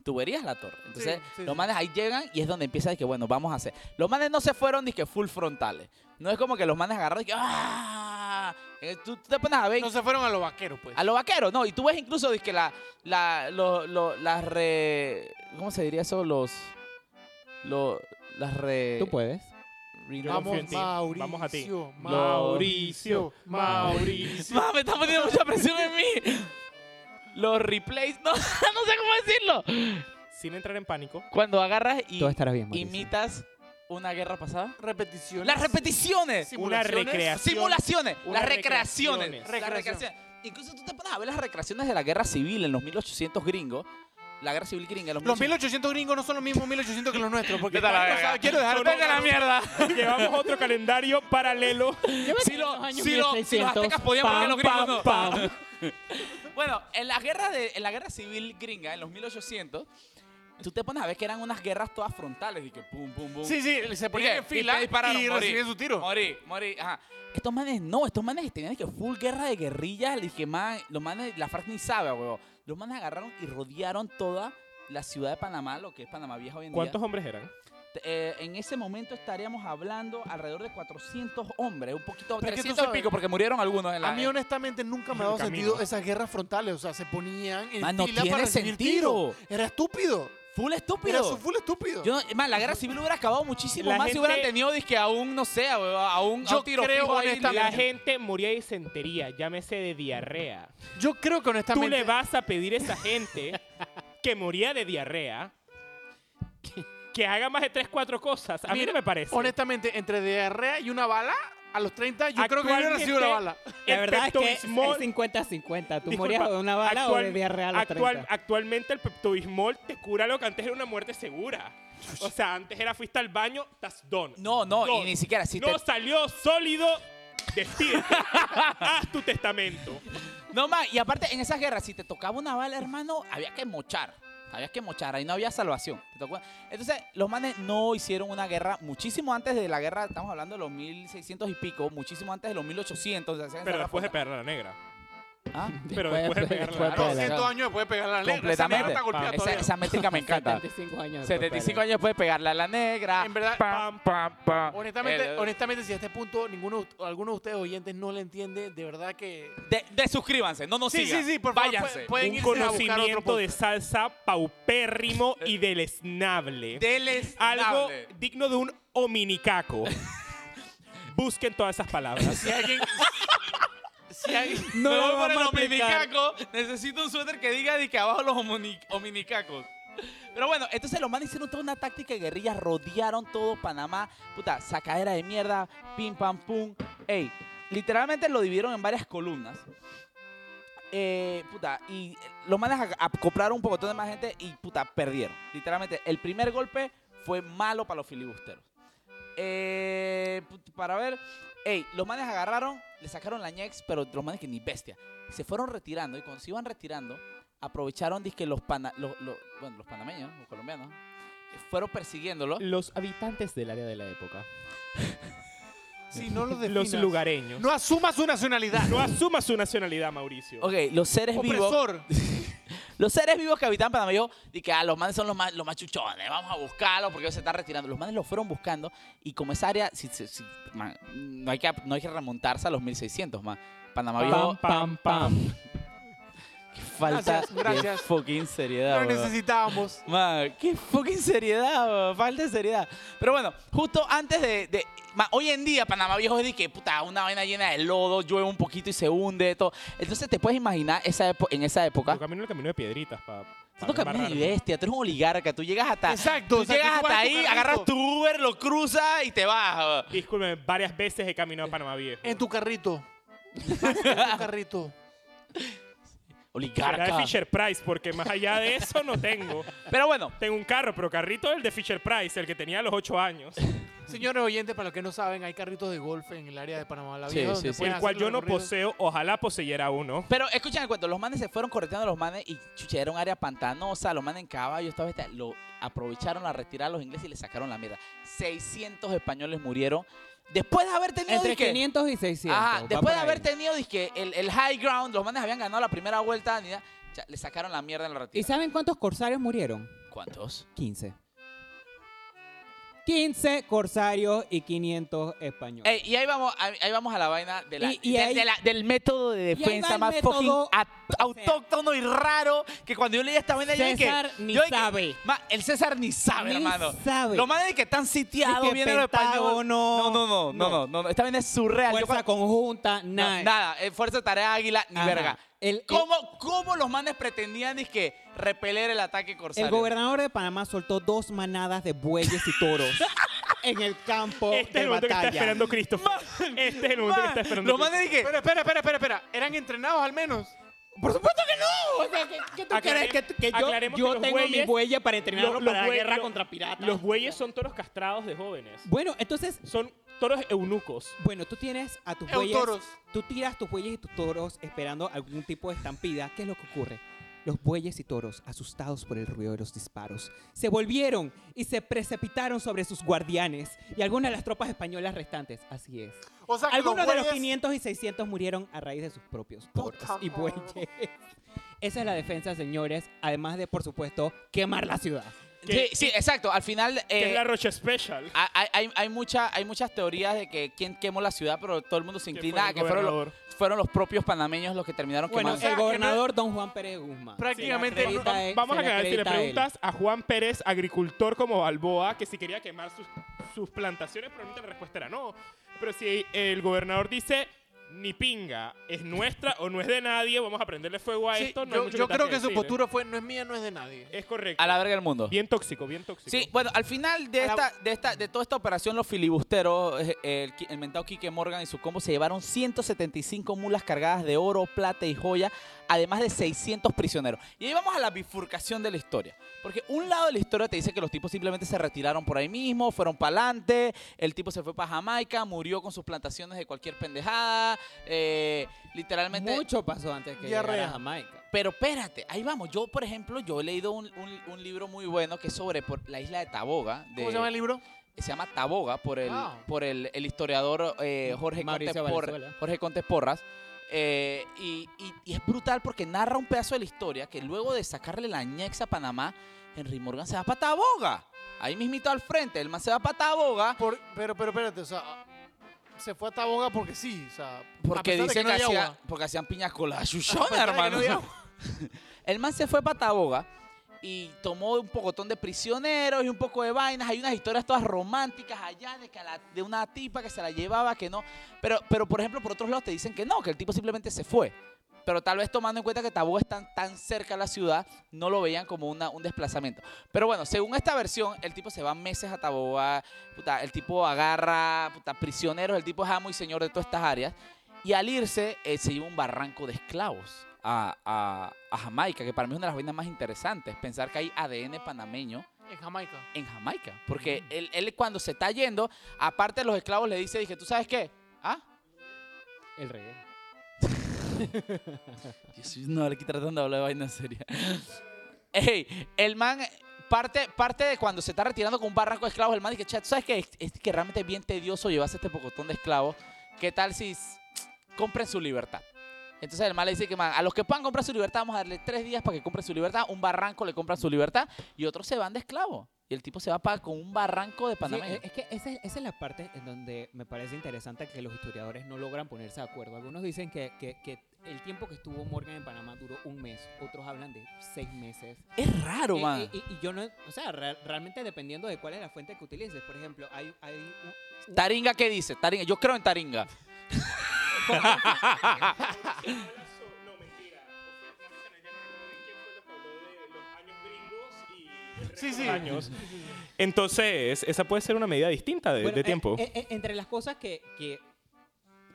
Speaker 1: Tú verías la torre. Entonces,
Speaker 3: sí,
Speaker 1: los
Speaker 3: sí.
Speaker 1: manes ahí llegan y es donde empieza de que, bueno, vamos a hacer. Los manes no se fueron ni que full frontales. No es como que los manes agarraron y que, ¡ah! Eh, Tú, tú te pones a ver.
Speaker 3: No se fueron a los vaqueros, pues.
Speaker 1: A los vaqueros, no. Y tú ves incluso dizque, la, la, lo- lo- las re... ¿Cómo se diría eso? Los... los las re...
Speaker 4: Tú puedes.
Speaker 1: reno-
Speaker 2: Yo confío en
Speaker 3: Vamos,
Speaker 2: ti.
Speaker 3: Mauricio.
Speaker 2: Vamos a ti.
Speaker 3: Mauricio. Mauricio.
Speaker 1: Ma, me está poniendo mucha presión en mí. Los replays... No, no sé cómo decirlo.
Speaker 2: sin entrar en pánico.
Speaker 1: Cuando agarras y
Speaker 4: Todo estará bien, Mauricio.
Speaker 1: imitas una guerra pasada.
Speaker 3: Repeticiones.
Speaker 1: Las repeticiones.
Speaker 2: Una
Speaker 3: Simulaciones.
Speaker 2: recreación.
Speaker 1: Simulaciones,
Speaker 2: Una
Speaker 1: las recreaciones.
Speaker 2: recreaciones.
Speaker 1: las recreaciones. Incluso tú te pones a ver las recreaciones de la guerra civil en los 1800 gringos. La guerra civil gringa. Los,
Speaker 3: Los 1800 gringos no son los mismos 1800 que los nuestros. Porque
Speaker 7: Vete a la
Speaker 3: Carlos
Speaker 7: verga.
Speaker 3: sabe- quiero dejar
Speaker 2: Vete a la
Speaker 3: mierda.
Speaker 2: Llevamos otro calendario paralelo.
Speaker 1: Si, lo- si lo- si los aztecas podían, ¿por qué los gringos no? Bueno, en la, guerra de, en la guerra civil gringa, en los 1800, tú te pones a ver que eran unas guerras todas frontales. Y que pum, pum, pum.
Speaker 3: Sí, sí, se
Speaker 1: Porque
Speaker 3: ponían en fila
Speaker 1: te
Speaker 3: y
Speaker 1: dispararon, morí.
Speaker 3: recibían su tiro.
Speaker 1: Morí, morí, ajá. Estos manes no, estos manes tenían que full guerra de guerrillas. Le dije, man, los manes, la FARC ni sabe, huevón. Los manes agarraron y rodearon toda la ciudad de Panamá, lo que es Panamá Vieja hoy en
Speaker 2: ¿Cuántos
Speaker 1: día.
Speaker 2: hombres eran?
Speaker 1: Eh, en ese momento estaríamos hablando alrededor de 400 hombres, un poquito,
Speaker 3: Pero es que tú
Speaker 1: 300 y
Speaker 3: sabes-
Speaker 1: pico, porque murieron algunos en la...
Speaker 3: A mí honestamente nunca
Speaker 2: En
Speaker 3: me ha dado
Speaker 2: el camino.
Speaker 3: sentido esas guerras frontales, o sea, se ponían en
Speaker 1: Man, no
Speaker 3: fila
Speaker 1: tiene
Speaker 3: para recibir
Speaker 1: sentido.
Speaker 3: tiro. Era estúpido.
Speaker 1: Full
Speaker 3: Era
Speaker 1: estúpido.
Speaker 3: su full estúpido.
Speaker 1: Yo no- man, la guerra civil hubiera acabado muchísimo
Speaker 2: La
Speaker 1: más si hubieran
Speaker 2: gente-
Speaker 1: tenido disque a un, no sé, a un, a un
Speaker 3: Yo
Speaker 1: tiro
Speaker 3: creo,
Speaker 1: fijo ahí.
Speaker 2: La
Speaker 3: honestamente,
Speaker 2: gente murió de disentería, llámese de diarrea.
Speaker 3: Yo creo que
Speaker 2: Tú
Speaker 3: honestamente
Speaker 2: le vas a pedir a esa gente que moría de diarrea que haga más de 3, 4 cosas. A mí
Speaker 3: Mira,
Speaker 2: no me parece.
Speaker 3: honestamente entre diarrea y una bala a los 30 yo creo que yo hubiera
Speaker 2: Actualmente-
Speaker 3: recibido la bala.
Speaker 4: La
Speaker 2: El
Speaker 4: verdad es que es
Speaker 2: Pepto-Bismol-
Speaker 4: 50-50. este, Tú
Speaker 2: Disculpa,
Speaker 4: morías de una bala o de
Speaker 2: actual-
Speaker 4: diarrea a los
Speaker 2: actual-
Speaker 4: 30.
Speaker 2: Actualmente el Pepto-Bismol te cura lo que antes era una muerte segura. O sea, antes era fuiste al baño, estás done.
Speaker 1: No, no, y
Speaker 2: Done.
Speaker 1: ni siquiera. Si
Speaker 2: no
Speaker 1: te-
Speaker 2: salió sólido, despídete. Haz tu testamento.
Speaker 1: No más, y aparte en esas guerras, si te tocaba una bala, hermano, había que mochar. Había que mochar, ahí no había salvación. Te tocó- Entonces, los manes no hicieron una guerra muchísimo antes de la guerra, estamos hablando de los 1600 y pico, muchísimo antes de los 1800. o sea,
Speaker 2: Pero
Speaker 1: esa
Speaker 2: después de
Speaker 1: guerra-
Speaker 2: pegar a la negra.
Speaker 1: Ah,
Speaker 2: Pero después de pegar la negra.
Speaker 4: después de pegar.
Speaker 3: 200 años después de pegar la negra. Esa negra
Speaker 2: Ah,
Speaker 1: completamente.
Speaker 3: está golpeada
Speaker 1: Esa,
Speaker 3: todavía.
Speaker 1: esa métrica me encanta.
Speaker 4: 75 años.
Speaker 1: 75 años después de pegarle a la negra.
Speaker 3: En verdad,
Speaker 7: Pam, pam, pam.
Speaker 3: honestamente,
Speaker 1: el-
Speaker 3: honestamente si a este punto ninguno de ust- alguno de ustedes oyentes no le entiende, de verdad que
Speaker 1: De, desuscríbanse, no nos
Speaker 3: Sí,
Speaker 1: sigan.
Speaker 3: sí, sí, por favor,
Speaker 1: Váyanse.
Speaker 3: pu- pueden
Speaker 2: Un
Speaker 3: irse a buscar otro
Speaker 2: conocimiento de
Speaker 3: podcast. Eh,
Speaker 2: salsa paupérrimo y deleznable.
Speaker 1: Deles-
Speaker 2: Algo
Speaker 1: dable.
Speaker 2: digno de un hominicaco. Busquen todas esas palabras.
Speaker 3: si alguien si alguien
Speaker 1: No voy por el hominicaco. Necesito un suéter que diga de que abajo los homoni- hominicacos. Pero bueno, entonces los manes hicieron toda una táctica de guerrilla, rodearon todo Panamá. Puta, sacadera de mierda, pim pam pum. Ey, literalmente lo dividieron en varias columnas. Eh, puta, y eh, los manes ag- ap- compraron un poco de más gente y puta, perdieron. Literalmente, el primer golpe fue malo para los filibusteros. Eh, put- para ver, ey, los manes agarraron, le sacaron la ñex, pero los manes que ni bestia. Se fueron retirando y cuando se iban retirando, aprovecharon que los, pana- los, los- bueno, los panameños, los colombianos, eh, fueron persiguiéndolo.
Speaker 4: Los habitantes del área de la época.
Speaker 3: si no lo
Speaker 2: Los
Speaker 3: definas,
Speaker 2: lugareños.
Speaker 3: no asuma su nacionalidad.
Speaker 2: No asuma su nacionalidad, Mauricio.
Speaker 1: Ok, los seres vivos.
Speaker 3: Opresor.
Speaker 1: Los seres vivos que habitan Panamá, yo dije que ah, los manes son los más, los más chuchones, vamos a buscarlos porque ellos se están retirando. Los manes los fueron buscando y como esa área, si- si- si- man, no, hay que, no hay que remontarse a los 1600, man. Panamá
Speaker 4: Pam,
Speaker 1: viejo,
Speaker 4: pam, pam.
Speaker 1: qué falta
Speaker 3: Gracias, gracias.
Speaker 1: de fucking seriedad,
Speaker 3: Lo
Speaker 1: weón.
Speaker 3: necesitábamos.
Speaker 1: Man, qué fucking seriedad, weón, falta de seriedad. Pero bueno, justo antes de... de- man, hoy en día Panamá Viejo es de que, puta, una vaina llena de lodo, llueve un poquito y se hunde, todo. Entonces te puedes imaginar esa epo- en esa época...
Speaker 2: Yo camino el camino de piedritas, pa.
Speaker 1: Tú no caminas ni bestia, tú eres un oligarca, tú llegas hasta...
Speaker 3: Exacto.
Speaker 1: Tú
Speaker 3: o sea,
Speaker 1: llegas
Speaker 3: que vas
Speaker 1: hasta
Speaker 3: en tu
Speaker 1: ahí,
Speaker 3: carrito.
Speaker 1: agarras tu Uber, lo cruzas y te vas. ah,
Speaker 2: Disculpe, varias veces he caminado a Panamá Viejo.
Speaker 3: En tu carrito. en tu carrito.
Speaker 2: Será de
Speaker 1: Oligarca.
Speaker 2: Fisher Price, porque más allá de eso no tengo.
Speaker 1: Pero bueno,
Speaker 2: Tengo un carro, pero carrito el de Fisher Price, el que tenía a los 8 años.
Speaker 3: Señores oyentes, para los que no saben, hay carritos de golf en el área de Panamá la
Speaker 1: Sí,
Speaker 3: Vieja,
Speaker 1: sí,
Speaker 3: donde
Speaker 1: sí.
Speaker 3: pueden
Speaker 2: el cual
Speaker 3: hacer
Speaker 2: yo
Speaker 3: los
Speaker 2: no
Speaker 3: recorridos.
Speaker 2: poseo, ojalá poseyera uno.
Speaker 1: pero escuchen el cuento. Los manes se fueron correteando a los manes y chucha, era un área pantanosa. Los manes en caballo, esta vez lo aprovecharon a retirar a los ingleses y le sacaron la mierda. 600 españoles murieron después de haber tenido...
Speaker 4: Entre
Speaker 1: disque-
Speaker 4: 500 y 600.
Speaker 1: Ajá,
Speaker 4: va
Speaker 1: después de
Speaker 4: por
Speaker 1: haber
Speaker 4: ahí.
Speaker 1: tenido disque, el, el high ground, los manes habían ganado la primera vuelta, ni nada, cha, le sacaron la mierda en la
Speaker 4: ¿Y
Speaker 1: retirada.
Speaker 4: saben cuántos corsarios murieron?
Speaker 1: ¿Cuántos?
Speaker 4: 15. 15 corsarios y 500 españoles.
Speaker 1: Ey, Eh, y ahí vamos, ahí ahí vamos a la vaina de la-
Speaker 4: Y- y
Speaker 1: de-
Speaker 4: ahí-
Speaker 1: de la- del método de
Speaker 4: ahí va
Speaker 1: defensa
Speaker 4: el
Speaker 1: más
Speaker 4: método,
Speaker 1: fucking au- autóctono y raro que cuando yo leía esta vaina yo dije,
Speaker 4: César ni
Speaker 1: yo dije,
Speaker 4: sabe.
Speaker 1: "Ma, el César ni sabe,
Speaker 4: Ni
Speaker 1: hermano.
Speaker 4: sabe.
Speaker 1: Lo más de que están sitiados
Speaker 4: que
Speaker 1: viene los españoles.
Speaker 4: Pentágono,
Speaker 1: No, no, no, no, no, no, no, esta vaina es surreal. Yo
Speaker 4: Fuerza
Speaker 1: cuando-
Speaker 4: conjunta,
Speaker 1: no,
Speaker 4: nada.
Speaker 1: nada, eh, fuerza tarea águila ni
Speaker 4: Ajá.
Speaker 1: verga.
Speaker 4: El, el-
Speaker 1: ¿Cómo, cómo los manes pretendían dizque, repeler el ataque
Speaker 4: el
Speaker 1: corsario?
Speaker 4: gobernador de Panamá soltó dos manadas de bueyes y toros en el campo
Speaker 2: Este es
Speaker 4: Oh, de
Speaker 2: el momento que está
Speaker 4: batalla.
Speaker 2: esperando Cristo. Este es el momento que está esperando
Speaker 1: Los manes dije,
Speaker 3: Espera, espera, espera, espera, espera. ¿Eran entrenados al menos?
Speaker 4: Por supuesto que no. O sea, ¿qué, qué tú
Speaker 2: Aclare-
Speaker 4: crees que, que yo,
Speaker 2: aclaremos
Speaker 4: yo
Speaker 2: que los
Speaker 4: tengo mi
Speaker 2: bueyes-
Speaker 4: buey para
Speaker 2: Cristo.
Speaker 4: entrenarlo
Speaker 2: Los- los
Speaker 4: para la
Speaker 2: bueyes-
Speaker 4: guerra
Speaker 2: los-
Speaker 4: contra piratas?
Speaker 2: Los bueyes son toros castrados de jóvenes.
Speaker 4: Bueno, entonces,
Speaker 2: Son toros eunucos.
Speaker 4: bueno, tú tienes a tus bueyes,
Speaker 3: Eutoros.
Speaker 4: tú tiras tus bueyes y tus toros esperando algún tipo de estampida. ¿Qué es lo que ocurre? Los bueyes y toros, asustados por el ruido de los disparos, se volvieron y se precipitaron sobre sus guardianes y algunas de las tropas españolas restantes. Así es.
Speaker 3: O sea, que
Speaker 4: Algunos de los
Speaker 3: güeyes-
Speaker 4: 500 y 600 murieron a raíz de sus propios toros
Speaker 3: Puta
Speaker 4: y bueyes.
Speaker 3: madre.
Speaker 4: Esa es la defensa, señores. Además de, por supuesto, quemar la ciudad.
Speaker 1: Sí, sí, exacto. Al final.
Speaker 2: que
Speaker 1: eh,
Speaker 2: es la Rocha Special.
Speaker 1: hay- hay, hay, hay mucha- hay muchas teorías de que quién quemó la ciudad, pero todo el mundo se
Speaker 2: que
Speaker 1: inclina
Speaker 2: fue
Speaker 1: a
Speaker 2: el
Speaker 1: que fueron los,
Speaker 2: gobernador.
Speaker 1: fueron los propios panameños los que terminaron
Speaker 4: Bueno,
Speaker 1: quemando.
Speaker 3: sea,
Speaker 4: el
Speaker 3: que no-
Speaker 4: gobernador Don Juan Pérez Guzmán.
Speaker 3: Prácticamente-
Speaker 4: Se le acredita a él-
Speaker 2: Vamos
Speaker 4: se
Speaker 2: a
Speaker 4: le
Speaker 2: quedar, si le
Speaker 4: acredita a él.
Speaker 2: preguntas a Juan Pérez, agricultor como Balboa, que si quería quemar sus, sus plantaciones, probablemente la respuesta era no. Pero si el gobernador dice, ni pinga, es nuestra o no es de nadie, vamos a prenderle fuego a
Speaker 3: Sí,
Speaker 2: esto. no hay
Speaker 3: yo,
Speaker 2: mucho
Speaker 3: yo creo
Speaker 2: tenga
Speaker 3: que ¿eh? su
Speaker 2: decir.
Speaker 3: postura fue no es mía, no es de nadie.
Speaker 2: Es correcto.
Speaker 1: a la verga del mundo.
Speaker 2: Bien tóxico, bien tóxico.
Speaker 1: Sí, bueno, al final de
Speaker 3: A la-
Speaker 1: esta, de esta, de toda esta operación, los filibusteros, eh, el, qui- el mentado Quique Morgan y su combo se llevaron 175 mulas cargadas de oro, plata y joya, además de 600 prisioneros. Y ahí vamos a la bifurcación de la historia. Porque un lado de la historia te dice que los tipos simplemente se retiraron por ahí mismo, fueron para adelante, el tipo se fue para Jamaica, murió con sus plantaciones de cualquier pendejada, eh, literalmente...
Speaker 4: Mucho pasó antes que
Speaker 3: Diarrea.
Speaker 4: llegara a Jamaica.
Speaker 1: Pero espérate, ahí vamos. Yo, por ejemplo, yo he leído un, un- un libro muy bueno que es sobre por la isla de Taboga. de-
Speaker 3: ¿Cómo se llama el libro?
Speaker 1: se llama Taboga por el,
Speaker 3: Wow.
Speaker 1: por el, el historiador eh, Jorge, Contes
Speaker 4: Ah. Mauricio
Speaker 1: Por-
Speaker 4: Valenzuela.
Speaker 1: Jorge Contes Porras. Eh, y, y- y es brutal porque narra un pedazo de la historia que luego de sacarle la ñexa a Panamá, Henry Morgan se va para Taboga. Ahí mismito al frente, el man se va para Taboga
Speaker 3: Por- pero, pero espérate, o sea, se fue a Taboga porque sí, o sea, a
Speaker 1: porque
Speaker 3: pesar de
Speaker 1: dicen
Speaker 3: no
Speaker 1: que,
Speaker 3: había
Speaker 1: hacía-
Speaker 3: agua.
Speaker 1: porque hacían piñas con la
Speaker 3: A
Speaker 1: chuchona,
Speaker 3: pesar de que no
Speaker 1: hermano.
Speaker 3: había agua.
Speaker 1: El man se fue para Taboga y tomó un pocotón de prisioneros y un poco de vainas. Hay unas historias todas románticas allá de, que a la- de una tipa que se la llevaba, que no. Pero, pero, por ejemplo, por otros lados te dicen que no, que el tipo simplemente se fue. Pero tal vez tomando en cuenta que Taboga está tan cerca a la ciudad, no lo veían como una, un desplazamiento. Pero bueno, según esta versión, el tipo se va meses a Taboga, puta, el tipo agarra puta, prisioneros, el tipo es amo y señor de todas estas áreas. Y al irse, eh, se lleva un barranco de esclavos a, a- a Jamaica, que para mí es una de las vainas más interesantes, pensar que hay ADN panameño
Speaker 3: En Jamaica.
Speaker 1: en Jamaica. Porque él, él cuando se está yendo, aparte de los esclavos, le dice, dije, ¿tú sabes qué? ¿Ah?
Speaker 4: El reggae.
Speaker 1: Yo soy no, aquí tratando de hablar de vaina seria. Ey, el man, parte, parte de cuando se está retirando con un barranco de esclavos, el man dice, chat, ¿sabes qué? Es, es que realmente es bien tedioso llevarse este pocotón de esclavos. ¿Qué tal si s- compren su libertad? Entonces el man le dice que, man, a los que puedan comprar su libertad, vamos a darle tres días para que compren su libertad. Un barranco le compran su libertad y otros se van de esclavo. Y el tipo se va para, con un barranco de
Speaker 4: Sí,
Speaker 1: Panamá.
Speaker 4: es es que esa, es- esa es la parte en donde me parece interesante que los historiadores no logran ponerse de acuerdo. Algunos dicen que, que- que el tiempo que estuvo Morgan en Panamá duró un mes, otros hablan de seis meses.
Speaker 1: es raro,
Speaker 4: Y-
Speaker 1: man.
Speaker 4: y, y- y yo no, o sea, re- realmente dependiendo de cuál es la fuente que utilices. Por ejemplo, hay, hay un-
Speaker 1: Taringa, ¿qué dice? Taringa, yo creo en Taringa.
Speaker 2: No, mentira. ¿Quién fue lo que habló de los años gringos y
Speaker 3: Sí, sí.
Speaker 2: años. Entonces, esa puede ser una medida distinta de,
Speaker 4: Bueno,
Speaker 2: de
Speaker 4: eh,
Speaker 2: tiempo.
Speaker 4: eh, eh, entre las cosas que, que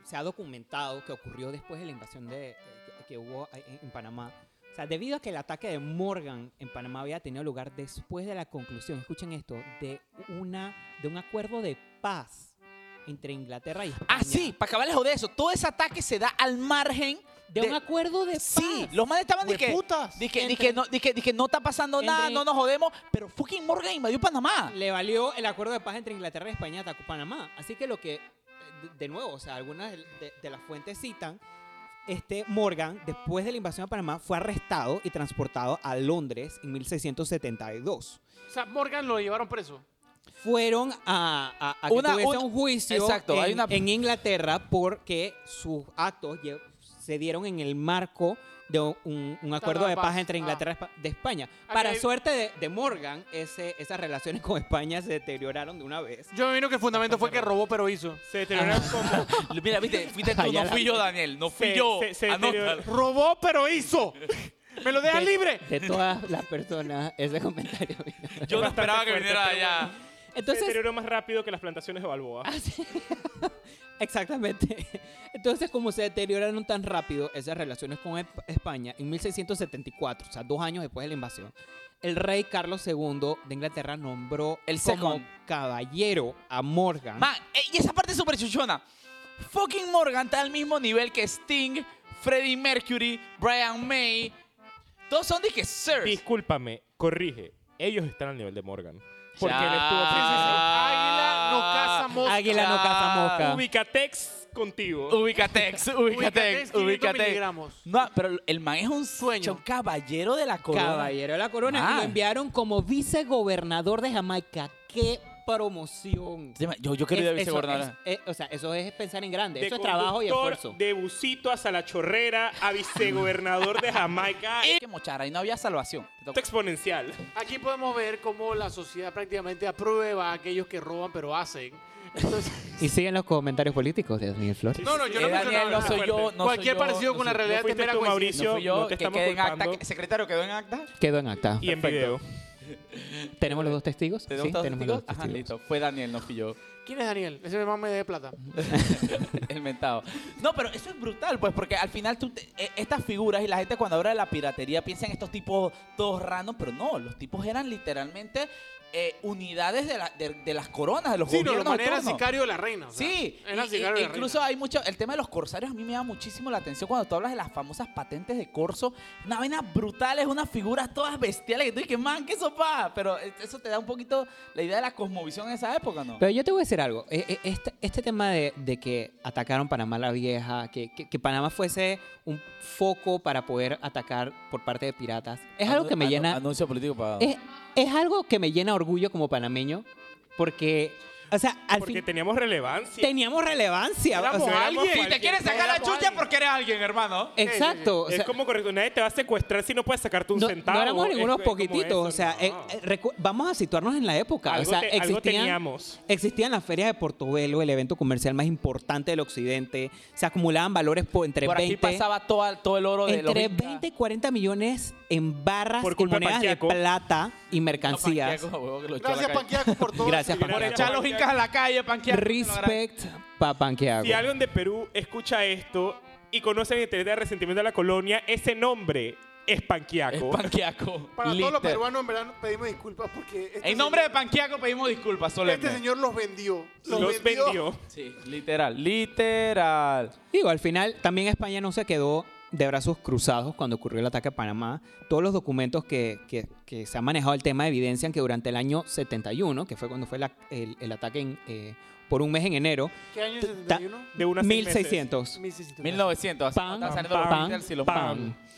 Speaker 4: se ha documentado que ocurrió después de la invasión de, eh, que, que hubo en, en Panamá, o sea, debido a que el ataque de Morgan en Panamá había tenido lugar después de la conclusión, escuchen esto, de, una, de un acuerdo de paz entre Inglaterra y España.
Speaker 1: Ah, sí, para acabar de eso, todo ese ataque se da al margen
Speaker 4: De,
Speaker 1: de-
Speaker 4: un acuerdo de paz.
Speaker 1: Sí, los manes estaban de que,
Speaker 3: ¡Hueputas!
Speaker 1: de que, de
Speaker 4: Entre-
Speaker 1: que no, de que- de que no está pasando nada,
Speaker 4: entre-
Speaker 1: no nos jodemos, pero fucking Morgan invadió Panamá.
Speaker 4: le valió el acuerdo de paz entre Inglaterra y España atacó Panamá. Así que lo que, eh, de- de nuevo, o sea, algunas de, de- de las fuentes citan, este Morgan, después de la invasión a Panamá, fue arrestado y transportado a Londres en 1672.
Speaker 3: O sea, Morgan lo llevaron preso.
Speaker 4: Fueron a, a- a que
Speaker 1: Una-
Speaker 4: tuviese
Speaker 1: un-
Speaker 4: un juicio
Speaker 1: Exacto,
Speaker 4: en,
Speaker 1: hay una-
Speaker 4: en Inglaterra porque sus actos lle- se dieron en el marco de un, un acuerdo
Speaker 3: Tratado de
Speaker 4: de paz
Speaker 3: paz,
Speaker 4: entre
Speaker 3: ah.
Speaker 4: Inglaterra y Espa- de España.
Speaker 3: Aquí
Speaker 4: Para
Speaker 3: hay-
Speaker 4: suerte de, de Morgan, ese- esas relaciones con España se deterioraron de una vez.
Speaker 3: Yo me vino que el fundamento fue que robó pero hizo.
Speaker 2: Se deterioraron como.
Speaker 1: Mira, viste, fuiste tú, no
Speaker 4: Ayala.
Speaker 1: fui yo, Daniel, no fui
Speaker 2: se-
Speaker 1: yo.
Speaker 2: se- se
Speaker 1: Anótalo.
Speaker 2: deterioró.
Speaker 3: Robó pero hizo. Me lo deja
Speaker 4: De-
Speaker 3: libre.
Speaker 4: De todas las personas, ese comentario.
Speaker 1: Yo no
Speaker 2: Bastante
Speaker 1: esperaba que
Speaker 2: fuerte,
Speaker 1: viniera
Speaker 2: pero
Speaker 1: allá.
Speaker 2: Se
Speaker 4: Entonces, Ah,
Speaker 2: deterioró más rápido que las plantaciones de Balboa.
Speaker 4: Así- Exactamente. Entonces, como se deterioraron tan rápido esas relaciones con Esp- España, en 1674, o sea, dos años después de la invasión, el rey Carlos II de Inglaterra nombró
Speaker 1: El
Speaker 4: como
Speaker 1: second.
Speaker 4: caballero a Morgan.
Speaker 1: Man, eh, y esa parte es súper chuchona. Fucking Morgan está al mismo nivel que Sting, Freddie Mercury, Brian May. Todos son de que Sirs.
Speaker 2: Discúlpame, corrige. Ellos están al nivel de Morgan. Porque
Speaker 1: Ya.
Speaker 2: él estuvo preso.
Speaker 3: Águila no caza
Speaker 1: Ah,
Speaker 3: mosca.
Speaker 4: Águila no caza mosca.
Speaker 2: Ubicatex contigo.
Speaker 1: Ubicatex,
Speaker 3: Ubicatex,
Speaker 1: ubicatex,
Speaker 3: 500
Speaker 1: ubicatex.
Speaker 3: miligramos.
Speaker 1: No, pero el man es un
Speaker 3: Sueño.
Speaker 1: sueño, un caballero de la corona.
Speaker 4: Caballero de la corona. Y lo
Speaker 1: Man.
Speaker 4: enviaron como vicegobernador de Jamaica. ¡Qué promoción!
Speaker 1: Sí, Este man, Yo, yo quiero ir a
Speaker 4: Es- eso-
Speaker 1: vicegobernador.
Speaker 4: es- eh, o sea, eso es pensar en grande.
Speaker 2: De
Speaker 4: eso es trabajo y
Speaker 2: conductor
Speaker 4: esfuerzo.
Speaker 2: De busito a Salachorrera, a vicegobernador de Jamaica.
Speaker 4: Eh.
Speaker 1: Hay que mochar, ahí no había salvación. Te
Speaker 2: Esto
Speaker 1: toca-
Speaker 2: exponencial.
Speaker 3: Aquí podemos ver cómo la sociedad prácticamente aprueba a aquellos que roban pero hacen. Entonces,
Speaker 4: Y siguen los comentarios políticos de Daniel Flores.
Speaker 6: No, no, yo
Speaker 1: Eh,
Speaker 6: no
Speaker 1: Daniel, no
Speaker 6: mencionaba.
Speaker 1: soy yo, no
Speaker 3: cualquier
Speaker 1: soy yo,
Speaker 3: parecido
Speaker 1: no
Speaker 3: con la
Speaker 1: soy-
Speaker 3: realidad
Speaker 2: No
Speaker 3: es
Speaker 2: fuiste
Speaker 3: mera
Speaker 2: tú,
Speaker 3: coincidencia.
Speaker 1: No
Speaker 2: Mauricio.
Speaker 1: fui yo,
Speaker 2: No te
Speaker 1: que
Speaker 2: estamos
Speaker 1: quede en acta.
Speaker 2: culpando.
Speaker 1: Secretario, ¿quedó en acta?
Speaker 4: Quedó en acta.
Speaker 2: Y en video.
Speaker 4: ¿Tenemos los dos testigos?
Speaker 1: ¿Te gustan los
Speaker 4: tenemos
Speaker 1: testigos?
Speaker 4: los dos
Speaker 1: Ajá,
Speaker 4: testigos.
Speaker 1: listo. Fue Daniel, no fui yo.
Speaker 3: ¿Quién es Daniel? Ese mamá me dé plata.
Speaker 1: el mentado. No, pero eso es brutal, pues, porque al final tú te- e- estas figuras y la gente cuando habla de la piratería piensa en estos tipos todos random, pero no, los tipos eran literalmente eh, unidades de, la- de- de las coronas, de los
Speaker 3: Sí, no,
Speaker 1: gobiernos.
Speaker 3: lo era
Speaker 1: autónomos.
Speaker 3: sicario de la reina. o sea,
Speaker 1: Sí,
Speaker 3: Era
Speaker 1: y-
Speaker 3: sicario
Speaker 1: y-
Speaker 3: de la
Speaker 1: incluso
Speaker 3: reina.
Speaker 1: hay mucho. El tema de los corsarios a mí me da muchísimo la atención cuando tú hablas de las famosas patentes de corso. Una vaina brutal, es unas figuras todas bestiales que tú dices, man, qué sopa. Pero eh, eso te da un poquito la idea de la cosmovisión en esa época, ¿no?
Speaker 4: Pero yo te voy a decir algo. E- e- Este, este tema de, de que atacaron Panamá la Vieja, que, que- que Panamá fuese un foco para poder atacar por parte de piratas, es algo que me
Speaker 1: Anu-
Speaker 4: llena...
Speaker 1: Anuncio político pagado.
Speaker 4: Es, es algo que me llena orgullo como panameño, porque... O sea, al
Speaker 2: Porque
Speaker 4: fin
Speaker 2: teníamos relevancia.
Speaker 4: teníamos relevancia. o
Speaker 2: Éramos
Speaker 4: sea,
Speaker 2: algo.
Speaker 1: Si te quieres sacar la chucha porque eres alguien, hermano.
Speaker 4: exacto. o
Speaker 2: es
Speaker 4: sea,
Speaker 2: como correcto. Nadie te va a secuestrar si no puedes sacarte un
Speaker 4: no,
Speaker 2: centavo.
Speaker 4: no éramos
Speaker 2: Es-
Speaker 4: ningunos
Speaker 2: es como
Speaker 4: poquititos.
Speaker 2: eso,
Speaker 4: o sea, eh,
Speaker 2: no.
Speaker 4: eh, recu- vamos a situarnos en la época.
Speaker 2: algo,
Speaker 4: o sea,
Speaker 2: te- algo
Speaker 4: existían...
Speaker 2: teníamos.
Speaker 4: Existían las ferias de Portobelo, el evento comercial más importante del occidente. Se acumulaban valores por entre
Speaker 1: Por
Speaker 4: 20,
Speaker 1: aquí pasaba todo, todo el oro de
Speaker 4: entre
Speaker 1: los incas.
Speaker 4: 20 y 40 millones en barras,
Speaker 2: Por
Speaker 4: en
Speaker 2: culpa de
Speaker 4: monedas de
Speaker 2: Panquiaco.
Speaker 4: plata y mercancías.
Speaker 1: Panquiaco, huevo, que lo echó a la
Speaker 6: Gracias,
Speaker 1: calle.
Speaker 6: Panquiaco, por todo.
Speaker 2: Gracias,
Speaker 4: Gracias,
Speaker 1: Por
Speaker 4: Panquiaco.
Speaker 1: echar a los incas a la calle, Panquiaco.
Speaker 4: Respect pa' Panquiaco.
Speaker 2: Si alguien de Perú escucha esto y conoce el interés de resentimiento de la colonia, ese nombre es
Speaker 1: Es
Speaker 2: Panquiaco.
Speaker 1: Panquiaco.
Speaker 6: Para todos los
Speaker 1: Liter-
Speaker 6: peruanos, en verdad, pedimos disculpas porque. este
Speaker 1: En nombre de
Speaker 6: señor-
Speaker 1: Panquiaco pedimos disculpas
Speaker 6: Este
Speaker 1: solemne.
Speaker 6: señor los vendió. Los,
Speaker 2: Los vendió.
Speaker 1: Sí, literal, literal.
Speaker 4: Digo, al final también España no se quedó de brazos cruzados cuando ocurrió el ataque a Panamá. Todos los documentos que, que- que se ha manejado el tema evidencian que durante el año 71, que fue cuando fue la- el, el ataque en, eh, por un mes en enero,
Speaker 3: ¿Qué año es el
Speaker 4: Ta-
Speaker 3: 71?
Speaker 2: De unas seis meses.
Speaker 4: 1600.
Speaker 1: 1900, así
Speaker 4: Pam,
Speaker 1: están saliendo los
Speaker 4: pam,
Speaker 1: Beatles y los
Speaker 4: pam.
Speaker 1: Beatles.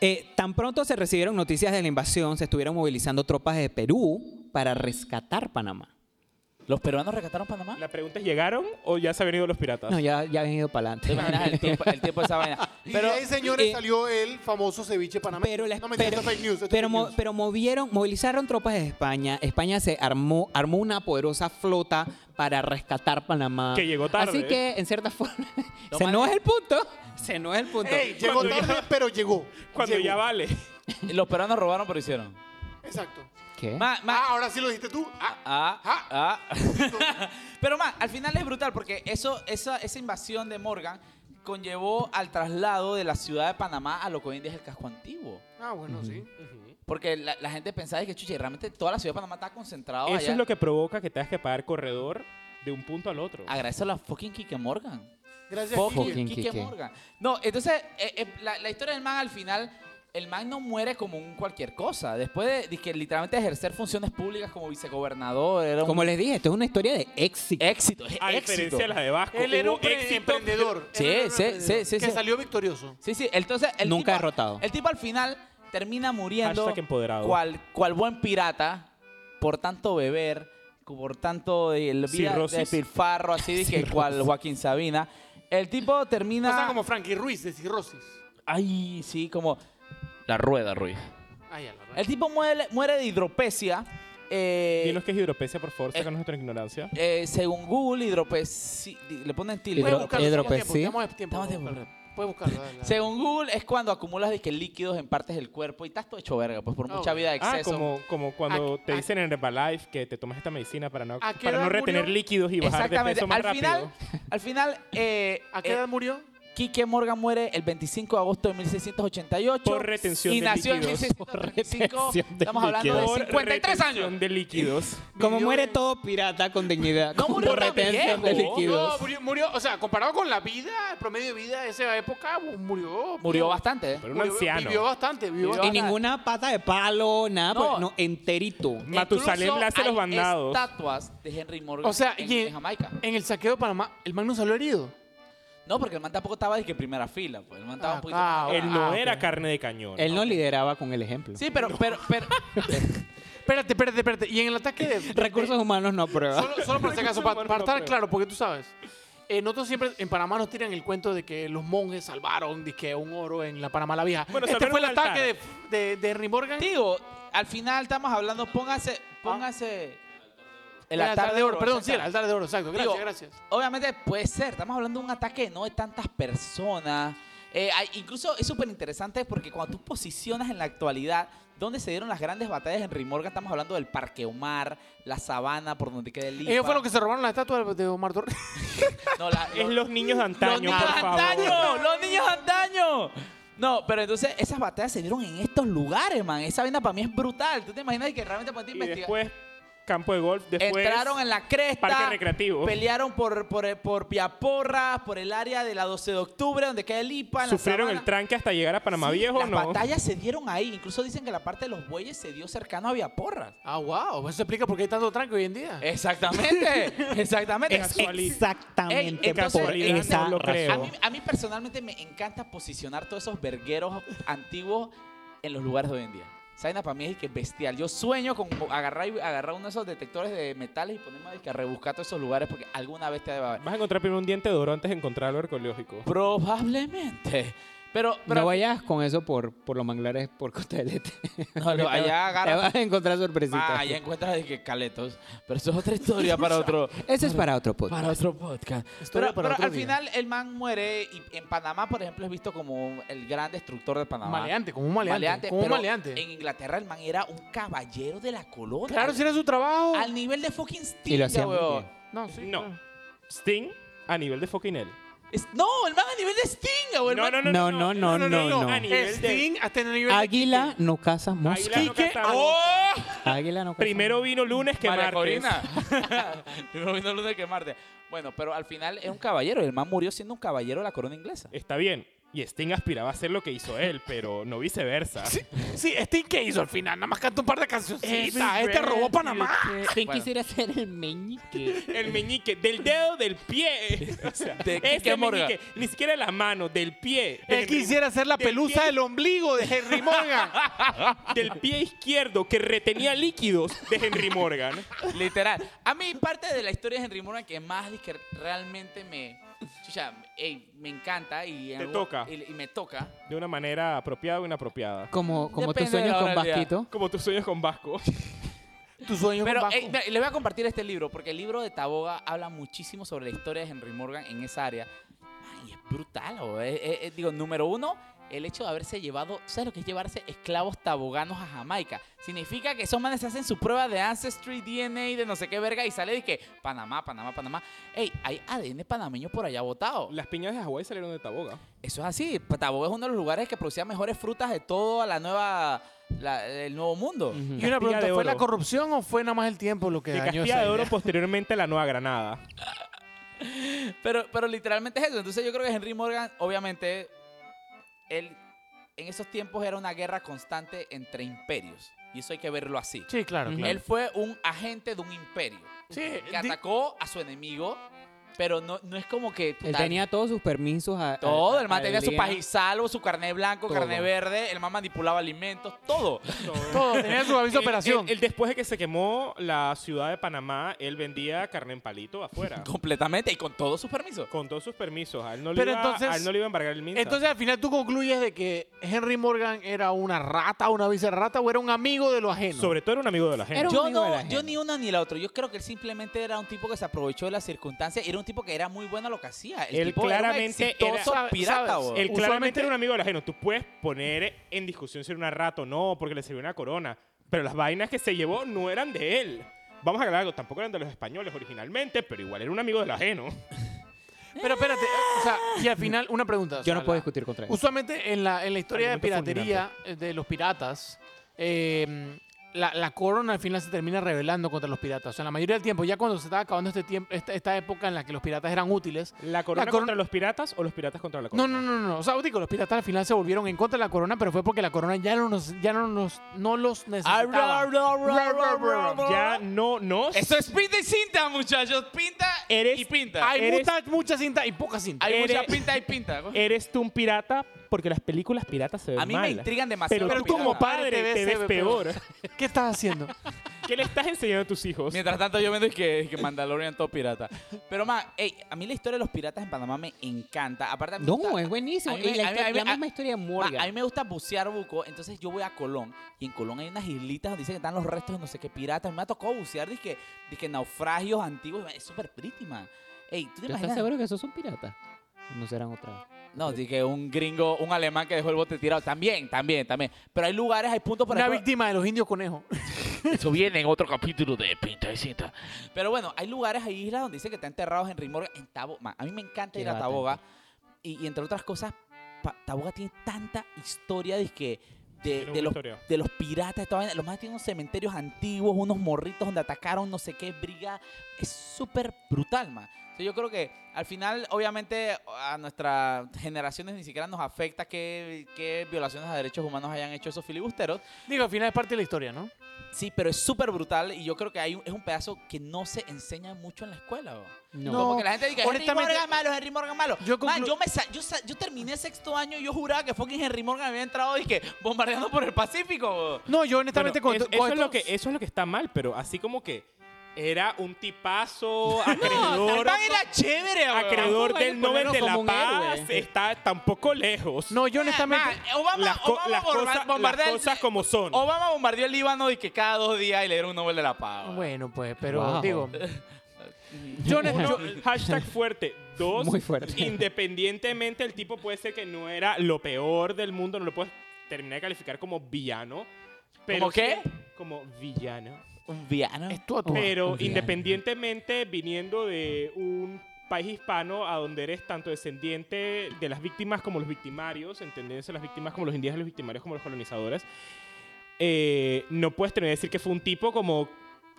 Speaker 4: Eh, tan pronto se recibieron noticias de la invasión, se estuvieron movilizando tropas de Perú para rescatar Panamá.
Speaker 1: ¿Los peruanos rescataron Panamá?
Speaker 2: La pregunta es, ¿llegaron o ya se han ido los piratas?
Speaker 4: No, ya, ya habían ido para
Speaker 1: ¿Te imaginas el
Speaker 4: adelante.
Speaker 1: tiempo, el tiempo de esa vaina?
Speaker 6: Pero, y de ahí, señores,
Speaker 4: eh,
Speaker 6: salió el famoso ceviche panameño.
Speaker 4: Pero, les-
Speaker 6: no me
Speaker 4: pero,
Speaker 6: fake news. esto es
Speaker 4: pero
Speaker 6: fake
Speaker 4: mo-
Speaker 6: news.
Speaker 4: pero movieron, movilizaron tropas de España. España se armó, armó una poderosa flota para rescatar Panamá.
Speaker 2: Que llegó tarde. ¿eh?
Speaker 4: Así que, en cierta forma, se
Speaker 1: Toma-
Speaker 4: no es el punto. Se no es el punto.
Speaker 6: Ey, llegó
Speaker 2: Cuando ya-
Speaker 6: tarde, pero llegó.
Speaker 2: Cuando
Speaker 6: Llegó.
Speaker 2: ya vale.
Speaker 1: Los peruanos robaron, pero hicieron.
Speaker 6: Exacto.
Speaker 4: ¿Qué?
Speaker 1: Ma- ma-
Speaker 6: Ah, ahora sí lo dijiste tú. Ah,
Speaker 1: Ah,
Speaker 6: Ah.
Speaker 1: ah. Pero más, al final es brutal porque eso, esa, esa invasión de Morgan conllevó al traslado de la ciudad de Panamá a lo que hoy en día es el casco antiguo.
Speaker 3: Ah, bueno, sí.
Speaker 1: Porque la, la gente pensaba que, chuche, realmente toda la ciudad de Panamá está concentrada
Speaker 2: Eso
Speaker 1: allá.
Speaker 2: es lo que provoca que tengas que pagar corredor de un punto al otro.
Speaker 1: Agradezco a fucking Kike Morgan.
Speaker 6: Gracias,
Speaker 1: Fucking
Speaker 6: Kike.
Speaker 4: Fucking
Speaker 1: Kike
Speaker 4: Kike.
Speaker 1: Morgan. No, entonces, eh, eh, la, la historia del man al final, el man no muere como un cualquier cosa. Después de, de que literalmente ejercer funciones públicas como vicegobernador, era un
Speaker 4: Como les dije, esto es una historia de éxito.
Speaker 1: éxito. es
Speaker 2: A
Speaker 1: éxito.
Speaker 2: diferencia de la de Vasco.
Speaker 3: Él era un
Speaker 2: hubo
Speaker 3: pre-
Speaker 2: éxito.
Speaker 3: emprendedor.
Speaker 1: Sí,
Speaker 3: Él era un
Speaker 1: sí,
Speaker 3: emprendedor
Speaker 1: sí, sí,
Speaker 3: Que
Speaker 1: sí.
Speaker 3: salió victorioso.
Speaker 1: Sí, sí, entonces el
Speaker 4: Nunca
Speaker 1: tipo-
Speaker 4: derrotado.
Speaker 1: El tipo al final termina muriendo
Speaker 2: Hashtag empoderado.
Speaker 1: cual, cual buen pirata por tanto beber, por tanto el vida
Speaker 2: Cirrosis.
Speaker 1: de pilfarro, así dije, cual Joaquín Sabina.
Speaker 7: El tipo termina.
Speaker 3: Pasan como Frankie Ruiz de cirrosis.
Speaker 7: Ay, sí, como. La rueda, Ruiz.
Speaker 3: Ay, a la verdad.
Speaker 7: El tipo muere, muere de hidropecia. eh,
Speaker 2: Dinos que es hidropecia, por favor, saca nuestra ignorancia.
Speaker 7: eh, según Google, hidropecia. Le ponen tilde.
Speaker 4: Hidro-
Speaker 3: Puedes buscarlo,
Speaker 4: Pedro
Speaker 3: tenemos
Speaker 4: Pesci.
Speaker 3: tiempo, tenemos tiempo,
Speaker 7: Estamos
Speaker 3: Puedes
Speaker 7: tiempo.
Speaker 3: buscarlo. Puedes buscarlo, dale, dale.
Speaker 7: Según Google, es cuando acumulas disque líquidos en partes del cuerpo y estás todo hecho verga, pues por
Speaker 3: Ah,
Speaker 7: mucha
Speaker 3: bueno.
Speaker 7: vida de
Speaker 2: Ah,
Speaker 7: exceso.
Speaker 2: como, como cuando
Speaker 3: ¿A-
Speaker 2: te
Speaker 3: a-
Speaker 2: dicen en Herbalife que te tomas esta medicina para no,
Speaker 3: ¿A qué
Speaker 2: para
Speaker 3: edad
Speaker 2: no retener
Speaker 3: murió?
Speaker 2: líquidos y bajar de
Speaker 7: Exactamente.
Speaker 2: peso más
Speaker 7: al,
Speaker 2: rápido.
Speaker 7: final, al final, eh,
Speaker 3: ¿A qué
Speaker 7: eh,
Speaker 3: edad murió?
Speaker 7: Quique Morgan muere el 25 de agosto de 1688.
Speaker 2: Por retención
Speaker 7: y
Speaker 2: de
Speaker 7: nació en
Speaker 2: líquidos.
Speaker 7: 1635.
Speaker 2: Retención de
Speaker 7: Estamos hablando
Speaker 2: líquidos.
Speaker 7: de 53
Speaker 2: retención
Speaker 7: años.
Speaker 2: de líquidos.
Speaker 4: Como
Speaker 3: Vivió
Speaker 4: muere
Speaker 3: en-
Speaker 4: todo pirata con dignidad.
Speaker 7: No
Speaker 4: con
Speaker 7: murió tan
Speaker 4: retención de
Speaker 7: viejo.
Speaker 3: No,
Speaker 4: líquidos.
Speaker 3: murió, murió, o sea, comparado con la vida, el promedio de vida de esa época, murió.
Speaker 7: Murió bastante. ¿eh?
Speaker 2: Pero un
Speaker 3: murió-
Speaker 2: anciano.
Speaker 3: Vivió bastante, vivió
Speaker 7: Vivió
Speaker 4: Y
Speaker 3: bastante.
Speaker 4: ninguna pata de palo, nada,
Speaker 7: No.
Speaker 4: pues, no, enterito.
Speaker 2: Matusalén
Speaker 7: Incluso
Speaker 2: le hace los
Speaker 7: hay
Speaker 2: bandados.
Speaker 7: estatuas de Henry Morgan
Speaker 3: O sea,
Speaker 7: en,
Speaker 3: y-
Speaker 7: en Jamaica.
Speaker 3: En el saqueo de Panamá, el Magno salió herido.
Speaker 7: No, porque el man tampoco estaba de que primera fila. Pues. El man estaba
Speaker 3: Ah,
Speaker 7: un poquito
Speaker 3: ah,
Speaker 7: más-
Speaker 3: ok.
Speaker 2: Él no
Speaker 3: Ah,
Speaker 2: era carne de cañón.
Speaker 4: Él no lideraba con el ejemplo.
Speaker 7: Sí, pero, pero, pero,
Speaker 3: Espérate, espérate, espérate. Y en el ataque de.
Speaker 4: Recursos humanos no aprueba.
Speaker 3: Solo, solo para si acaso,
Speaker 2: Recursos
Speaker 3: pa- para,
Speaker 2: humanos no
Speaker 3: estar
Speaker 2: aprueba.
Speaker 3: claro, porque tú sabes. eh, nosotros siempre en Panamá nos tiran el cuento de que los monjes salvaron dizque, un oro en la Panamá la Vieja.
Speaker 2: Bueno,
Speaker 3: este
Speaker 2: salvaron
Speaker 3: fue el
Speaker 2: un altar.
Speaker 3: ataque de, de, de Henry Morgan.
Speaker 7: digo, al final estamos hablando, póngase, póngase
Speaker 3: Ah.
Speaker 7: el altar de oro.
Speaker 3: Perdón, sí, el
Speaker 7: exacto.
Speaker 3: altar de oro, exacto. Gracias,
Speaker 7: Digo,
Speaker 3: gracias.
Speaker 7: Obviamente puede ser, estamos hablando de un ataque no de tantas personas. Eh, hay- incluso es súper interesante porque cuando tú posicionas en la actualidad dónde se dieron las grandes batallas en Rimorga, estamos hablando del Parque Omar, la sabana por donde queda el Lipa.
Speaker 2: Eh,
Speaker 3: Ellos fueron los que se robaron la estatua de- de Omar Torres.
Speaker 7: No, la-
Speaker 2: Es
Speaker 7: los-
Speaker 2: los niños de
Speaker 7: los
Speaker 2: antaño,
Speaker 7: niños
Speaker 2: por favor.
Speaker 7: antaño, los niños antaño.
Speaker 2: pues,
Speaker 7: No, pero entonces esas batallas se dieron en estos lugares, man. Esa vaina para mí es brutal. ¿Tú te imaginas que realmente para ti
Speaker 2: Y después, campo de golf. Después,
Speaker 7: Entraron en la cresta.
Speaker 2: parque recreativo.
Speaker 7: Pelearon por, por, por Piaporra, por el área de la 12 de octubre, donde queda el IPA. en la
Speaker 2: Sufrieron el
Speaker 7: sabana.
Speaker 2: tranque hasta llegar a Panamá
Speaker 7: Sí,
Speaker 2: Viejo,
Speaker 7: Las
Speaker 2: ¿no?
Speaker 7: batallas se dieron ahí. Incluso dicen que la parte de los bueyes se dio cercano a Viaporra.
Speaker 3: Ah, wow. Eso explica por qué hay tanto tranque hoy en día.
Speaker 7: Eh, Exactamente. Exactamente.
Speaker 2: Casuali-
Speaker 7: Ey,
Speaker 4: Exactamente
Speaker 7: entonces,
Speaker 4: por
Speaker 7: en
Speaker 4: esa
Speaker 2: no lo creo.
Speaker 7: A
Speaker 4: razón.
Speaker 7: mí, a mí personalmente me encanta posicionar todos esos vergueros antiguos en los lugares de hoy en día. Saina para mí es que bestial. Yo sueño con agarrar, y- agarrar uno de esos detectores de metales y ponerme a que a rebuscar todos esos lugares porque alguna vez te debe haber.
Speaker 2: Vas a encontrar primero un diente de oro antes de encontrar algo arqueológico.
Speaker 7: Probablemente. Pero, pero
Speaker 4: No vayas con eso por, por los manglares por Costa del Este.
Speaker 7: No, no, allá
Speaker 4: Te
Speaker 7: agarra.
Speaker 4: vas a encontrar sorpresitas.
Speaker 7: Ah, allá encuentras de que caletos. Pero eso es otra historia para otro.
Speaker 4: Ese es para otro podcast.
Speaker 7: Para otro podcast.
Speaker 3: Historia
Speaker 7: Pero,
Speaker 3: para
Speaker 7: pero
Speaker 3: otro
Speaker 7: al
Speaker 3: día.
Speaker 7: final el man muere y en Panamá, por ejemplo, es visto como el gran destructor de Panamá.
Speaker 3: Maleante, como un maleante. como un
Speaker 7: pero
Speaker 3: maleante.
Speaker 7: En Inglaterra el man era un caballero de la colonia.
Speaker 3: Claro, si era su trabajo.
Speaker 7: Al nivel de fucking Sting,
Speaker 4: Y lo hacía muy
Speaker 7: weón.
Speaker 4: bien.
Speaker 3: No, sí.
Speaker 2: No.
Speaker 3: claro.
Speaker 2: Sting a nivel de fucking él.
Speaker 7: Es- no, el man a nivel de Sting, weón.
Speaker 2: No, no, no.
Speaker 4: No, no, no, no, no.
Speaker 2: A nivel de...
Speaker 3: Sting hasta en el nivel de
Speaker 4: Águila
Speaker 3: Quique.
Speaker 4: no caza
Speaker 2: Águila
Speaker 4: mosca.
Speaker 2: no cazaba.
Speaker 7: Oh.
Speaker 4: Águila no caza
Speaker 2: Primero vino lunes que
Speaker 7: María
Speaker 2: martes.
Speaker 7: Corina. Primero vino el lunes que Marte. Bueno, pero al final es un caballero. y El man murió siendo un caballero de la corona inglesa.
Speaker 2: Está bien. Y Sting aspiraba a hacer lo que hizo él, pero no viceversa.
Speaker 3: Sí, Sting, ¿qué hizo al final? Nada más cantó un par de cancioncitas. Este robó Panamá.
Speaker 4: mosca. ¿Quién quisiera ser el meñique?
Speaker 2: El meñique, del dedo del pie. O sea,
Speaker 7: De
Speaker 2: ese
Speaker 7: Quique Morgan.
Speaker 2: meñique, ni siquiera la mano, del pie.
Speaker 3: Él quisiera ser la
Speaker 2: del
Speaker 3: pelusa
Speaker 2: pie-
Speaker 3: del ombligo de Henry Morgan.
Speaker 2: Ah, Del pie izquierdo que retenía líquidos de Henry Morgan.
Speaker 7: Literal. A mí, parte de la historia de Henry Morgan que más que realmente me. chucha, ey, me encanta y,
Speaker 2: Te toca.
Speaker 7: y, y me toca.
Speaker 2: De una manera apropiada o inapropiada.
Speaker 4: Como, como tus
Speaker 7: Depende de
Speaker 4: sueños
Speaker 7: la
Speaker 4: con
Speaker 7: hora del día.
Speaker 4: Vasquito.
Speaker 2: Como tus sueños con Vasco.
Speaker 3: Tu sueño con
Speaker 7: Pero
Speaker 3: Vasco.
Speaker 7: ey, mira, les voy a compartir este libro porque el libro de Taboga habla muchísimo sobre la historia de Henry Morgan en esa área. Ay, es brutal. o, eh, eh, eh, digo, número uno, el hecho de haberse llevado, ¿sabes lo que es llevarse esclavos taboganos a Jamaica? Significa que esos manes hacen su prueba de Ancestry DNA de no sé qué verga y sale de que Panamá, Panamá, Panamá. Ey, hay ADN panameño por allá botado.
Speaker 2: Las piñas de Hawái salieron de Taboga.
Speaker 7: Eso es así. Taboga es uno de los lugares que producía mejores frutas de toda la nueva, la- el nuevo mundo.
Speaker 3: Y una
Speaker 2: Castilla de
Speaker 3: pregunta, ¿fue
Speaker 2: Oro.
Speaker 3: la corrupción o fue nada más el tiempo lo que
Speaker 2: De
Speaker 3: dañó
Speaker 2: Castilla
Speaker 3: esa
Speaker 2: de Oro
Speaker 3: idea?
Speaker 2: posteriormente a la Nueva Granada.
Speaker 7: Pero, pero literalmente es eso. Entonces yo creo que Henry Morgan, obviamente, él en esos tiempos era una guerra constante entre imperios. Y eso hay que verlo así.
Speaker 3: Sí, claro,
Speaker 2: Ujú.
Speaker 3: claro.
Speaker 7: Él fue un agente de un imperio
Speaker 3: Sí,
Speaker 7: que
Speaker 3: di-
Speaker 7: atacó a su enemigo
Speaker 1: Pero no, no es como que...
Speaker 4: Él
Speaker 1: puta,
Speaker 4: tenía todos sus permisos. a- a-
Speaker 1: Todo,
Speaker 4: a-
Speaker 1: el man
Speaker 4: al
Speaker 1: tenía su
Speaker 4: día.
Speaker 1: pajisalvo, su carné blanco,
Speaker 4: Todo.
Speaker 1: carné verde, el man manipulaba alimentos, todo.
Speaker 3: Todo, tenía su aviso de operación.
Speaker 2: Él, él después de que se quemó la ciudad de Panamá, él vendía carne en palito afuera.
Speaker 1: Completamente y con todos sus permisos.
Speaker 2: con todos sus permisos. A él no,
Speaker 3: Pero
Speaker 2: le, iba,
Speaker 3: entonces-
Speaker 2: a él no le iba a embargar el MINSA.
Speaker 3: Entonces al final tú concluyes de que Henry Morgan era una rata, una vicerrata o era un amigo de lo ajeno.
Speaker 2: Sobre todo era un amigo de la gente.
Speaker 4: Era un
Speaker 1: Yo
Speaker 4: amigo de la
Speaker 1: no,
Speaker 4: gente.
Speaker 1: yo ni una ni la otra. Yo creo que él simplemente era un tipo que se aprovechó de las circunstancias. Era un tipo que era muy bueno a lo que hacía. El
Speaker 2: Él
Speaker 1: tipo era un
Speaker 2: claramente
Speaker 1: exitoso
Speaker 3: era-
Speaker 1: pirata,
Speaker 3: ¿sabes?
Speaker 1: bro.
Speaker 2: Él
Speaker 3: Usualmente-
Speaker 2: claramente era un amigo del ajeno. Tú puedes poner en discusión si era una rata o no, porque le sirvió una corona. Pero las vainas que se llevó no eran de él. Vamos a aclarar algo, tampoco eran de los españoles originalmente, pero igual era un amigo del ajeno.
Speaker 3: Pero espérate, o sea, y al final una pregunta. o
Speaker 4: Yo
Speaker 3: sea,
Speaker 4: no puedo
Speaker 3: la-
Speaker 4: discutir contra él.
Speaker 3: Usualmente en la, en la historia de
Speaker 2: Argumento
Speaker 3: piratería eh, de los piratas, eh, la, la corona al final se termina rebelando contra los piratas. O sea, la mayoría del tiempo, ya cuando se estaba acabando este tiempo, esta, esta época en la que los piratas eran útiles.
Speaker 2: ¿La corona
Speaker 3: La coron-
Speaker 2: contra los piratas o los piratas contra la
Speaker 3: No,
Speaker 2: corona?
Speaker 3: no, no, no. no. O sea, digo, los piratas al final se volvieron en contra de la corona, pero fue porque la corona ya no, nos, ya no, nos, no los necesitaba.
Speaker 2: Ya no nos...
Speaker 1: Eso es pinta y cinta, muchachos. Pinta
Speaker 2: Eres-
Speaker 1: y pinta.
Speaker 3: Hay
Speaker 2: Eres-
Speaker 3: mucha, mucha cinta y poca cinta.
Speaker 1: Hay
Speaker 2: eres-
Speaker 1: mucha pinta y pinta.
Speaker 2: Eres tú un pirata porque las películas piratas se ven
Speaker 1: A mí me
Speaker 2: mal.
Speaker 1: intrigan demasiado.
Speaker 2: pero tú
Speaker 1: los
Speaker 2: como
Speaker 1: piratas.
Speaker 2: padre te ves,
Speaker 3: ve
Speaker 2: peor.
Speaker 3: ¿Qué estás haciendo?
Speaker 2: ¿Qué le estás enseñando a tus hijos?
Speaker 1: Mientras tanto, yo vendo y que, que Mandalorian todo pirata. Pero, man, ey, a mí la historia de los piratas en Panamá me encanta. Aparte, a mí me
Speaker 4: No,
Speaker 1: gusta-
Speaker 4: es buenísimo.
Speaker 1: A mí me-
Speaker 4: Y la,
Speaker 1: a mí-
Speaker 4: histo-
Speaker 1: a mí-
Speaker 4: la
Speaker 1: a-
Speaker 4: misma historia de
Speaker 1: Ma,
Speaker 4: Morgan.
Speaker 1: a mí me gusta bucear buco, entonces yo voy a Colón y en Colón hay unas islitas donde dice que están los restos de no sé qué piratas. Me ha tocado bucear, dije, dije naufragios antiguos, es súper pretty, man. Ey, ¿tú te
Speaker 4: ¿Tú ¿Estás
Speaker 1: imaginas?
Speaker 4: seguro que esos son piratas? No serán otra.
Speaker 1: No, dije un gringo, un alemán que dejó el bote tirado. También, también, también. Pero hay lugares, hay puntos para.
Speaker 3: Una víctima de los indios conejos.
Speaker 7: Eso viene en otro capítulo de Pinta y Cinta.
Speaker 1: Pero bueno, hay lugares, hay islas donde dice que está enterrados Henry Morgan en Taboga. Man, A mí me encanta
Speaker 4: Qué
Speaker 1: ir a
Speaker 4: bata.
Speaker 1: Taboga. Y, y entre otras cosas, pa- Taboga tiene tanta historia dizque, de, de
Speaker 2: Era una
Speaker 1: los
Speaker 2: historia.
Speaker 1: de los piratas, esta vaina. Los más tienen unos cementerios antiguos, unos morritos donde atacaron no sé qué briga. Es súper brutal, man. Entonces, yo creo que al final, obviamente, a nuestras generaciones ni siquiera nos afecta que, violaciones a derechos humanos hayan hecho esos filibusteros.
Speaker 3: Digo, al final es parte de la historia, ¿no?
Speaker 1: Sí, pero es súper brutal y yo creo que hay un- es un pedazo que no se enseña mucho en la escuela. bro.
Speaker 4: No.
Speaker 3: No.
Speaker 1: Porque la gente dice, Henry
Speaker 3: honestamente-
Speaker 1: Morgan malo, Henry Morgan malo.
Speaker 3: Yo
Speaker 1: Man,
Speaker 3: conclu-
Speaker 1: yo, me sa- yo, sa- yo terminé sexto año y yo juraba que fucking Henry Morgan había entrado y que bombardeando por el Pacífico. bro.
Speaker 3: No, yo honestamente
Speaker 2: Bueno,
Speaker 3: con-
Speaker 2: es-
Speaker 3: con
Speaker 2: eso, es lo
Speaker 3: esto-
Speaker 2: que, eso es lo que está mal, pero así como que era un tipazo,
Speaker 1: El
Speaker 2: acreedor,
Speaker 1: man era chévere, bro.
Speaker 2: acreedor
Speaker 4: Tampoco hay
Speaker 2: del
Speaker 4: que
Speaker 2: Nobel
Speaker 4: ponerlo
Speaker 2: de la
Speaker 4: como un
Speaker 2: Paz,
Speaker 4: héroe.
Speaker 2: está tampoco lejos.
Speaker 3: No, yo honestamente.
Speaker 1: Man, Obama,
Speaker 2: las, co-
Speaker 1: Obama
Speaker 2: las
Speaker 1: bomba-
Speaker 2: cosas,
Speaker 1: bombardea
Speaker 2: las
Speaker 1: el-
Speaker 2: cosas como son.
Speaker 1: Obama bombardeó el Líbano y que cada dos días y le dieron un Nobel de la Paz. bro.
Speaker 3: Bueno, pues, pero
Speaker 4: Wow.
Speaker 3: digo.
Speaker 2: Yo no- yo- hashtag fuerte. Dos,
Speaker 4: Muy fuerte.
Speaker 2: independientemente el tipo puede ser que no era lo peor del mundo, no lo puedes terminar de calificar como villano. Pero
Speaker 1: ¿Como qué?
Speaker 2: sí- Como villano.
Speaker 1: Un viano.
Speaker 3: Es tú a tú.
Speaker 2: Pero
Speaker 4: un villano.
Speaker 2: independientemente viniendo de un país hispano a donde eres tanto descendiente de las víctimas como los victimarios, entendiéndose las víctimas como los indígenas, los victimarios como los colonizadores, eh, no puedes tener que decir que fue un tipo como,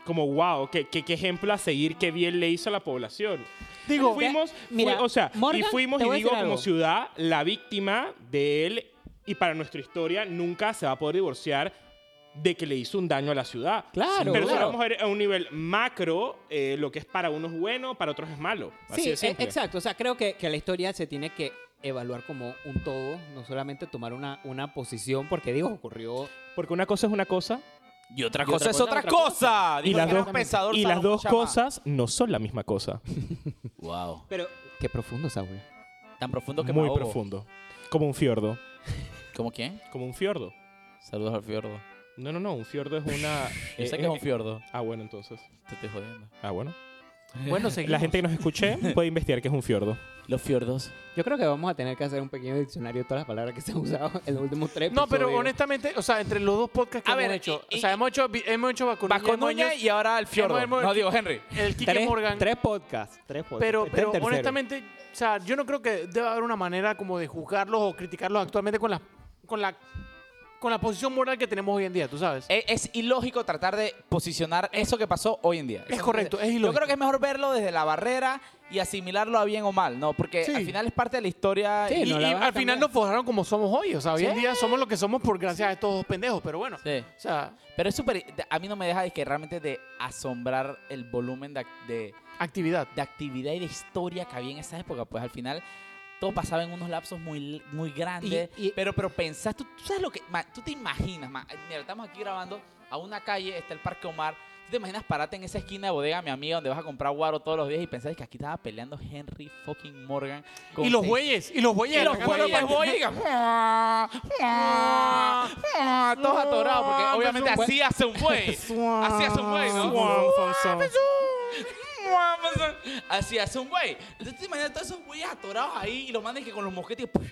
Speaker 2: como wow, qué que, qué ejemplo a seguir, qué bien le hizo a la población.
Speaker 3: Digo,
Speaker 2: fuimos, fui-
Speaker 4: mira,
Speaker 2: o sea, y
Speaker 4: Morgan,
Speaker 2: fuimos
Speaker 4: te
Speaker 2: y
Speaker 4: voy a
Speaker 2: digo
Speaker 4: decir
Speaker 2: como
Speaker 4: algo.
Speaker 2: ciudad, la víctima de él y para nuestra historia nunca se va a poder divorciar de que le hizo un daño a la ciudad.
Speaker 4: Claro,
Speaker 2: Pero si
Speaker 4: claro.
Speaker 2: vamos a ver a un nivel macro, eh, lo que es para unos bueno, para otros es malo. Así
Speaker 4: Sí,
Speaker 2: de
Speaker 4: e-
Speaker 2: simple.
Speaker 4: exacto. O sea, creo que, que la historia se tiene que evaluar como un todo, no solamente tomar una, una posición, porque digo, ocurrió.
Speaker 2: Porque una cosa es una cosa
Speaker 1: Y otra
Speaker 4: cosa
Speaker 1: cosa es otra cosa.
Speaker 2: y
Speaker 1: Dijo
Speaker 2: las
Speaker 1: que era
Speaker 2: dos,
Speaker 1: un pensador
Speaker 2: y las
Speaker 1: Salomón
Speaker 2: dos
Speaker 1: Chamá.
Speaker 2: cosas no son la misma cosa.
Speaker 1: Wow.
Speaker 4: Pero. Qué profundo, Saúl.
Speaker 1: Tan profundo que me
Speaker 2: Muy
Speaker 1: ahogo.
Speaker 2: profundo. Como un fiordo.
Speaker 1: ¿Cómo quién?
Speaker 2: Como un fiordo.
Speaker 1: Saludos al fiordo.
Speaker 2: No, no, no. Un fiordo es una...
Speaker 1: Yo
Speaker 2: eh,
Speaker 1: sé que es
Speaker 2: eh,
Speaker 1: un fiordo.
Speaker 2: Ah, bueno, entonces.
Speaker 1: Te estoy jodiendo.
Speaker 2: Ah, bueno.
Speaker 3: bueno, seguimos.
Speaker 2: La gente que nos escuche puede investigar qué es un fiordo.
Speaker 1: Los fiordos.
Speaker 4: Yo creo que vamos a tener que hacer un pequeño diccionario de todas las palabras que se han usado en los últimos tres
Speaker 3: No, pero
Speaker 4: episodios.
Speaker 3: honestamente, o sea, entre los dos podcasts que
Speaker 1: A
Speaker 3: hemos
Speaker 1: ver,
Speaker 3: hecho,
Speaker 1: y-
Speaker 3: o sea, hemos hecho, vi- hemos hecho Bacunuña,
Speaker 1: Vasco
Speaker 3: hemos
Speaker 1: Núñez
Speaker 3: hecho
Speaker 1: y ahora el fiordo.
Speaker 3: hemos-
Speaker 1: No, digo Henry.
Speaker 3: el Kike
Speaker 4: tres,
Speaker 3: Morgan.
Speaker 4: tres podcasts. Tres podcasts.
Speaker 7: Pues,
Speaker 3: pero,
Speaker 4: Este es el
Speaker 3: pero
Speaker 4: tercero.
Speaker 3: honestamente, o sea, yo no creo que deba haber una manera como de juzgarlos o criticarlos actualmente con la, con la con la posición moral que tenemos hoy en día, tú sabes.
Speaker 7: E- Es, ilógico tratar de posicionar eso que pasó hoy en día.
Speaker 3: Es
Speaker 7: Eso-
Speaker 3: correcto, es
Speaker 7: Yo
Speaker 3: ilógico.
Speaker 7: creo que es mejor verlo desde la barrera y asimilarlo a bien o mal, ¿no? Porque
Speaker 3: Sí.
Speaker 7: al final es parte de la historia.
Speaker 3: Y,
Speaker 7: y-
Speaker 3: y al final nos forjaron como somos hoy. O sea, hoy en
Speaker 7: Sí.
Speaker 3: día somos lo que somos por gracias a estos dos pendejos, pero bueno.
Speaker 7: Sí.
Speaker 3: O sea,
Speaker 7: Pero es súper. A mí no me deja de que realmente de asombrar el volumen de, ac- de-
Speaker 3: actividad.
Speaker 7: de actividad y de historia que había en esa época. Pues al final todo pasaba en unos lapsos muy, muy grandes.
Speaker 4: Y- y-
Speaker 7: pero, pero pensás, tú, tú sabes lo que. ma, tú te imaginas, ma, mira, estamos aquí grabando a una calle, está el Parque Omar. ¿Tú te imaginas pararte en esa esquina de bodega, mi amiga, donde vas a comprar guaro todos los días y pensás que aquí estaba peleando Henry fucking Morgan con
Speaker 3: Y los
Speaker 7: seis-
Speaker 3: bueyes, y los bueyes.
Speaker 7: Y los
Speaker 3: atacando
Speaker 7: bueyes,
Speaker 3: la
Speaker 7: bueyes,
Speaker 3: parte-
Speaker 7: digan, "Mua, mua, mua", todos atorados, porque obviamente así
Speaker 3: pues.
Speaker 7: hace un buey. Así hace un buey, ¿no? Mua, pasó. Así hace un buey. Entonces, te imaginas todos esos güeyes atorados ahí y los mandan que con los mosquetes. ¡push!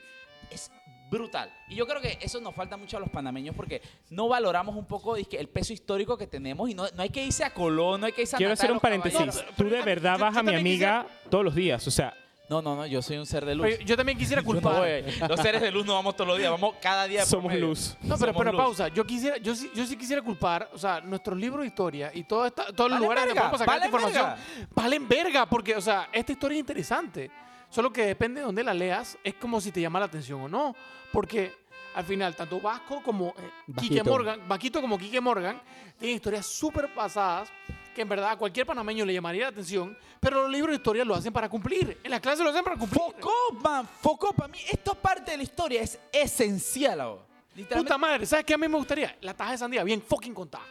Speaker 7: Es brutal. Y yo creo que eso nos falta mucho a los panameños porque no valoramos un poco dizque, el peso histórico que tenemos y no, no hay que irse a Colón, no hay que irse a
Speaker 2: Quiero
Speaker 7: matar
Speaker 2: hacer
Speaker 7: a
Speaker 2: un
Speaker 7: los caballeros.
Speaker 2: paréntesis. Tú de verdad vas a mi amiga todos los días. O sea,
Speaker 7: No, no, no, yo soy un ser de luz.
Speaker 3: Pero Yo también quisiera
Speaker 7: Yo no
Speaker 3: culpar.
Speaker 7: voy. Los seres de luz no vamos todos los días, vamos cada día. por
Speaker 2: somos
Speaker 7: medio.
Speaker 2: luz.
Speaker 3: No, pero,
Speaker 7: Somos
Speaker 3: pero
Speaker 7: luz.
Speaker 3: pausa. Yo quisiera, yo sí, yo sí quisiera culpar, o sea, nuestros libros de historia y todo esta, todos los
Speaker 7: Valen
Speaker 3: lugares donde
Speaker 7: verga,
Speaker 3: podemos sacar
Speaker 7: valen
Speaker 3: esta información valen verga, porque, o sea, esta historia es interesante. Solo que depende de dónde la leas, es como si te llama la atención o no. Porque al final, tanto Vasco como eh, Quique
Speaker 4: Vasquito.
Speaker 3: Morgan, Vaquito como Quique Morgan, tienen historias súper pasadas que en verdad a cualquier panameño le llamaría la atención, pero los libros de historia lo hacen para cumplir. En las clases lo hacen para cumplir.
Speaker 7: Focó, man, focó para mí. Esto es parte de la historia, es esencial ahora. Literalmente.
Speaker 3: Puta madre, ¿sabes qué a mí me gustaría? La taja de sandía, bien fucking contada.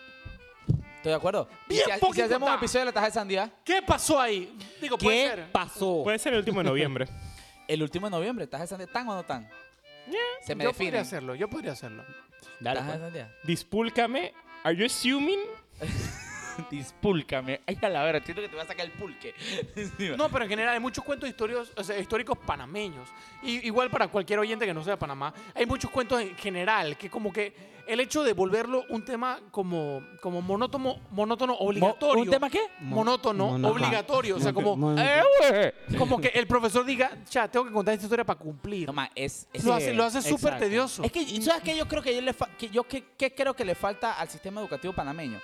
Speaker 7: Estoy de acuerdo. Y
Speaker 3: Bien
Speaker 7: si, y si
Speaker 3: fucking
Speaker 7: hacemos un
Speaker 3: contada.
Speaker 7: episodio de la taja de sandía,
Speaker 3: ¿Qué pasó ahí? Digo, puede
Speaker 4: ¿Qué
Speaker 3: ser.
Speaker 4: pasó?
Speaker 2: Puede ser el último de noviembre.
Speaker 7: el último de noviembre, taja de sandía, ¿tan o no tan? Se me
Speaker 3: yo
Speaker 7: define.
Speaker 3: podría hacerlo, yo podría hacerlo.
Speaker 4: Dale,
Speaker 7: Taja de
Speaker 4: pues.
Speaker 7: sandía.
Speaker 2: Dispúlcame. Are you assuming?
Speaker 7: Dispúlcame. Ay, a la verdad, siento que te voy a sacar el pulque.
Speaker 3: No, pero en general hay muchos cuentos históricos, o sea, históricos panameños. Y, igual para cualquier oyente que no sea de Panamá, hay muchos cuentos en general que como que el hecho de volverlo un tema como, como monótono, monótono obligatorio.
Speaker 7: ¿Un tema qué?
Speaker 3: Monótono,
Speaker 4: Mono-
Speaker 3: obligatorio. O sea,
Speaker 4: Ajá.
Speaker 3: como, "Eh,
Speaker 4: Mono-
Speaker 7: eh.
Speaker 3: como que el profesor diga, ya, tengo que contar esta historia para cumplir.
Speaker 7: No, man, es. es-
Speaker 3: lo hace lo hace súper
Speaker 4: exacto.
Speaker 3: tedioso.
Speaker 7: Es que, ¿sabes qué? Yo creo que yo, le fa- que yo que, que creo que le falta al sistema educativo panameño.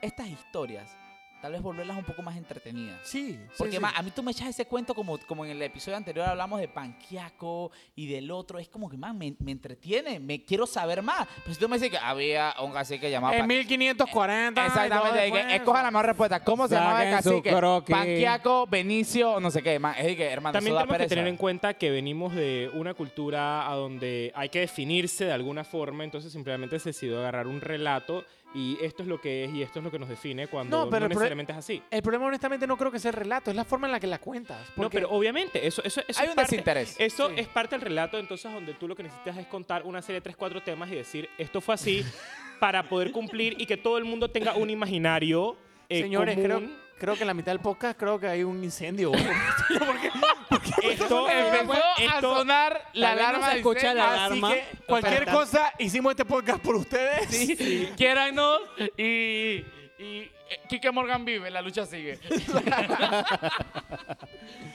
Speaker 7: Estas historias, tal vez volverlas un poco más entretenidas.
Speaker 3: Sí, sí,
Speaker 7: Porque
Speaker 3: sí.
Speaker 7: ma, a mí tú me echas ese cuento como, como en el episodio anterior hablamos de Panquiaco y del otro. Es como que, man, me, me entretiene, me quiero saber más. Pero si tú me dices que había un cacique llamado
Speaker 3: En
Speaker 7: Pan-
Speaker 3: 1540. y todo
Speaker 7: Exactamente,
Speaker 3: después,
Speaker 7: de que escoja la mejor respuesta. ¿Cómo se llamaba el
Speaker 4: Saquen su
Speaker 7: cacique?
Speaker 4: croquis.
Speaker 7: Panquiaco, Benicio, no sé qué. Man, es de que, hermano,
Speaker 2: También
Speaker 7: eso da
Speaker 2: tenemos que
Speaker 7: pereza.
Speaker 2: tener en cuenta que venimos de una cultura a donde hay que definirse de alguna forma, entonces simplemente se decidió agarrar un relato y esto es lo que es y esto es lo que nos define cuando
Speaker 3: No,
Speaker 2: no,
Speaker 3: pero el pro-
Speaker 2: necesariamente es así.
Speaker 3: El problema, honestamente, no creo que sea el relato, es la forma en la que la cuentas.
Speaker 2: No,
Speaker 3: porque-
Speaker 2: pero obviamente, eso, eso, eso
Speaker 7: Hay
Speaker 2: es
Speaker 7: un
Speaker 2: parte-
Speaker 7: desinterés.
Speaker 2: Eso
Speaker 3: Sí.
Speaker 2: es parte del relato, entonces, donde tú lo que necesitas es contar una serie de tres, cuatro temas y decir, esto fue así, para poder cumplir y que todo el mundo tenga un imaginario eh,
Speaker 3: Señores, creo,
Speaker 2: común.
Speaker 3: creo que en la mitad del podcast creo que hay un incendio.
Speaker 2: Esto, esto-
Speaker 3: sonar
Speaker 4: la Tal vez no alarma se de escucha incendio, la así alarma. que
Speaker 3: cualquier
Speaker 4: Pero-
Speaker 3: cosa, hicimos este podcast por ustedes.
Speaker 8: Quiéranos y. Y. eh, Quique Morgan vive, la lucha sigue.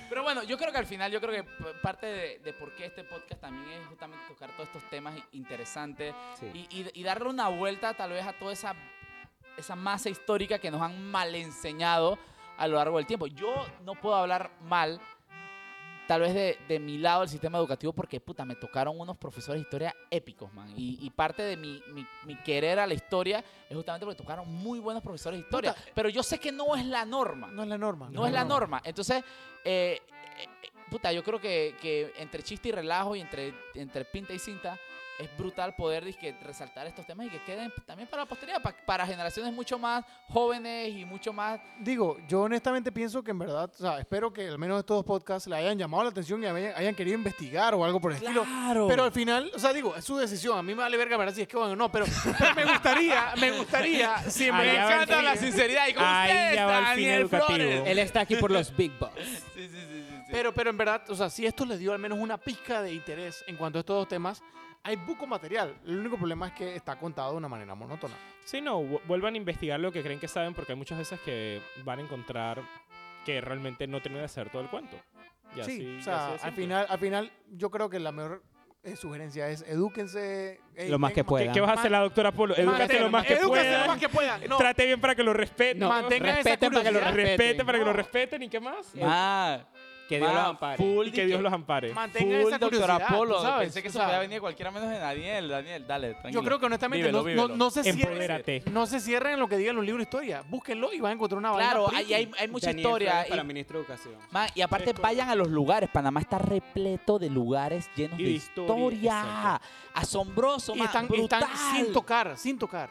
Speaker 7: Pero bueno, yo creo que al final, yo creo que p- parte de, de por qué este podcast también es justamente tocar todos estos temas i- interesantes y, y- y darle una vuelta tal vez a toda esa, esa masa histórica que nos han mal enseñado a lo largo del tiempo. Yo no puedo hablar mal, tal vez de, de mi lado del sistema educativo, porque puta, me tocaron unos profesores de historia épicos, man. Y, y parte de mi, mi- mi querer a la historia es justamente porque tocaron muy buenos profesores de historia.
Speaker 3: Puta.
Speaker 7: Pero yo sé que no es la norma.
Speaker 3: No es la norma.
Speaker 7: No es la norma. Entonces, eh, eh, eh, puta, yo creo que, que entre chiste y relajo y entre, entre pinta y cinta es brutal poder dizque, resaltar estos temas y que queden también para la posteridad, pa- para generaciones mucho más jóvenes y mucho más...
Speaker 3: Digo, yo honestamente pienso que en verdad, o sea, espero que al menos estos dos podcasts le hayan llamado la atención y hayan, hayan querido investigar o algo por el estilo. Pero al final, o sea, digo, es su decisión. A mí me vale verga, ¿verdad? Si es que bueno, no, pero, pero me gustaría, me gustaría, si me
Speaker 2: Ahí ya va el
Speaker 3: encanta la
Speaker 2: fin.
Speaker 3: sinceridad y con
Speaker 2: Ahí
Speaker 3: ustedes,
Speaker 2: ya va el fin
Speaker 3: Daniel
Speaker 2: educativo.
Speaker 3: Flores.
Speaker 4: Él está aquí por los Big Bucks.
Speaker 3: Pero, pero en verdad, o sea, si esto les dio al menos una pizca de interés en cuanto a estos dos temas, hay buco material. El único problema es que está contado de una manera monótona.
Speaker 2: Sí, no, vu- vuelvan a investigar lo que creen que saben porque hay muchas veces que van a encontrar que realmente no tienen que hacer todo el cuento. Y así-
Speaker 3: sí,
Speaker 2: y
Speaker 3: o sea,
Speaker 2: así de
Speaker 3: al
Speaker 2: simple.
Speaker 3: final, al final yo creo que la mejor eh, sugerencia es edúquense. eh, ey,
Speaker 4: Lo más que
Speaker 3: tengan-
Speaker 4: puedan.
Speaker 2: ¿Qué vas a hacer la doctora Polo? Edúcate lo más que
Speaker 3: Edúquense lo
Speaker 2: puedas.
Speaker 3: más que puedan. No,
Speaker 2: Trate bien para que lo respeten.
Speaker 4: No,
Speaker 3: mantengan esa
Speaker 4: respeten para que lo
Speaker 3: curiosidad.
Speaker 4: respeten. Ah,
Speaker 2: Respete para que lo respeten y qué más.
Speaker 7: Ma,
Speaker 4: Que Dios
Speaker 7: ma,
Speaker 4: los ampare.
Speaker 7: full
Speaker 2: Y que Dios los ampare.
Speaker 3: mantengan
Speaker 7: full
Speaker 3: esa
Speaker 7: Dr.
Speaker 3: curiosidad, tú
Speaker 7: Apolo.
Speaker 3: ¿sabes?
Speaker 7: Pensé que
Speaker 3: Tú
Speaker 7: eso podía
Speaker 3: sabes.
Speaker 7: venir de cualquiera menos de Daniel. Daniel, dale, tranquilo.
Speaker 3: Yo creo que honestamente
Speaker 7: Vívelo,
Speaker 3: no, no-
Speaker 7: vívelo.
Speaker 3: no se cierren.
Speaker 2: Empodérate.
Speaker 3: No se cierren en lo que diga en un libro de historia. Búsquenlo y van a encontrar una vaina
Speaker 7: Claro,
Speaker 3: pretty.
Speaker 7: hay, hay, hay mucha
Speaker 9: Daniel
Speaker 7: historia.
Speaker 9: Flores
Speaker 7: Y,
Speaker 9: Para ministro de Educación.
Speaker 7: ma, y aparte, vayan a los lugares. Panamá está repleto de lugares llenos
Speaker 2: Y
Speaker 7: de
Speaker 2: de
Speaker 7: historia.
Speaker 2: historia,
Speaker 7: Asombroso,
Speaker 3: Y
Speaker 7: ma,
Speaker 3: están, y
Speaker 7: brutal.
Speaker 3: están sin tocar, sin tocar.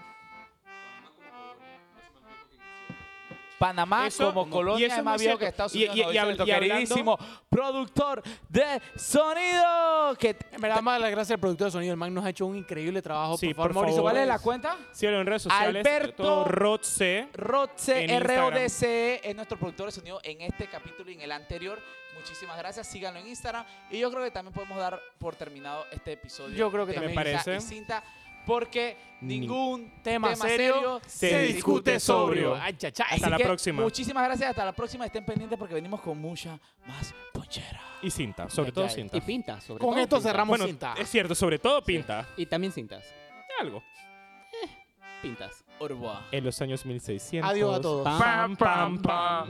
Speaker 7: Panamá
Speaker 2: Eso-
Speaker 7: como
Speaker 2: no.
Speaker 7: colonia
Speaker 2: Y eso
Speaker 7: es
Speaker 2: es
Speaker 7: más
Speaker 2: muy
Speaker 7: viejo
Speaker 2: cierto.
Speaker 7: que Estados
Speaker 2: Y-
Speaker 7: Unidos.
Speaker 2: y-
Speaker 7: nos
Speaker 2: y
Speaker 7: dice
Speaker 2: habl-
Speaker 7: nuestro
Speaker 2: y hablando-
Speaker 7: queridísimo productor de sonido. Que
Speaker 3: En verdad, más la gracia del productor de sonido. El man nos ha hecho un increíble trabajo.
Speaker 2: Sí,
Speaker 3: por favor,
Speaker 2: por
Speaker 3: Mauricio,
Speaker 2: favor.
Speaker 3: ¿cuál es la cuenta?
Speaker 2: Síguelo en redes sociales.
Speaker 7: Alberto-
Speaker 2: todo Rotse.
Speaker 7: Rodce,
Speaker 2: En Instagram.
Speaker 7: RODCE, E, es nuestro productor de sonido en este capítulo y en el anterior. Muchísimas gracias. Síganlo en Instagram. Y yo creo que también podemos dar por terminado este episodio.
Speaker 3: Yo creo que
Speaker 7: de
Speaker 3: también.
Speaker 2: Me
Speaker 7: Pizza
Speaker 2: parece.
Speaker 7: y Cinta, porque
Speaker 2: Ni-
Speaker 7: ningún tema,
Speaker 3: Tema
Speaker 7: serio,
Speaker 3: serio
Speaker 2: se discute sobrio.
Speaker 3: Ay, chachá.
Speaker 7: Así
Speaker 2: Hasta la
Speaker 7: que
Speaker 2: próxima.
Speaker 7: Muchísimas gracias. Hasta la próxima. Estén pendientes porque venimos con mucha más ponchera.
Speaker 2: Y cinta. Sobre todo cinta.
Speaker 4: Y pintas, sobre
Speaker 3: Con
Speaker 4: todo
Speaker 3: esto
Speaker 4: pintas.
Speaker 3: cerramos
Speaker 2: Bueno,
Speaker 3: cinta.
Speaker 2: es cierto. Sobre todo pinta.
Speaker 4: Y también cintas.
Speaker 2: Algo.
Speaker 4: Pintas.
Speaker 7: Au revoir.
Speaker 2: En los años 1600.
Speaker 3: Adiós a todos.
Speaker 2: Pam, pam, pam.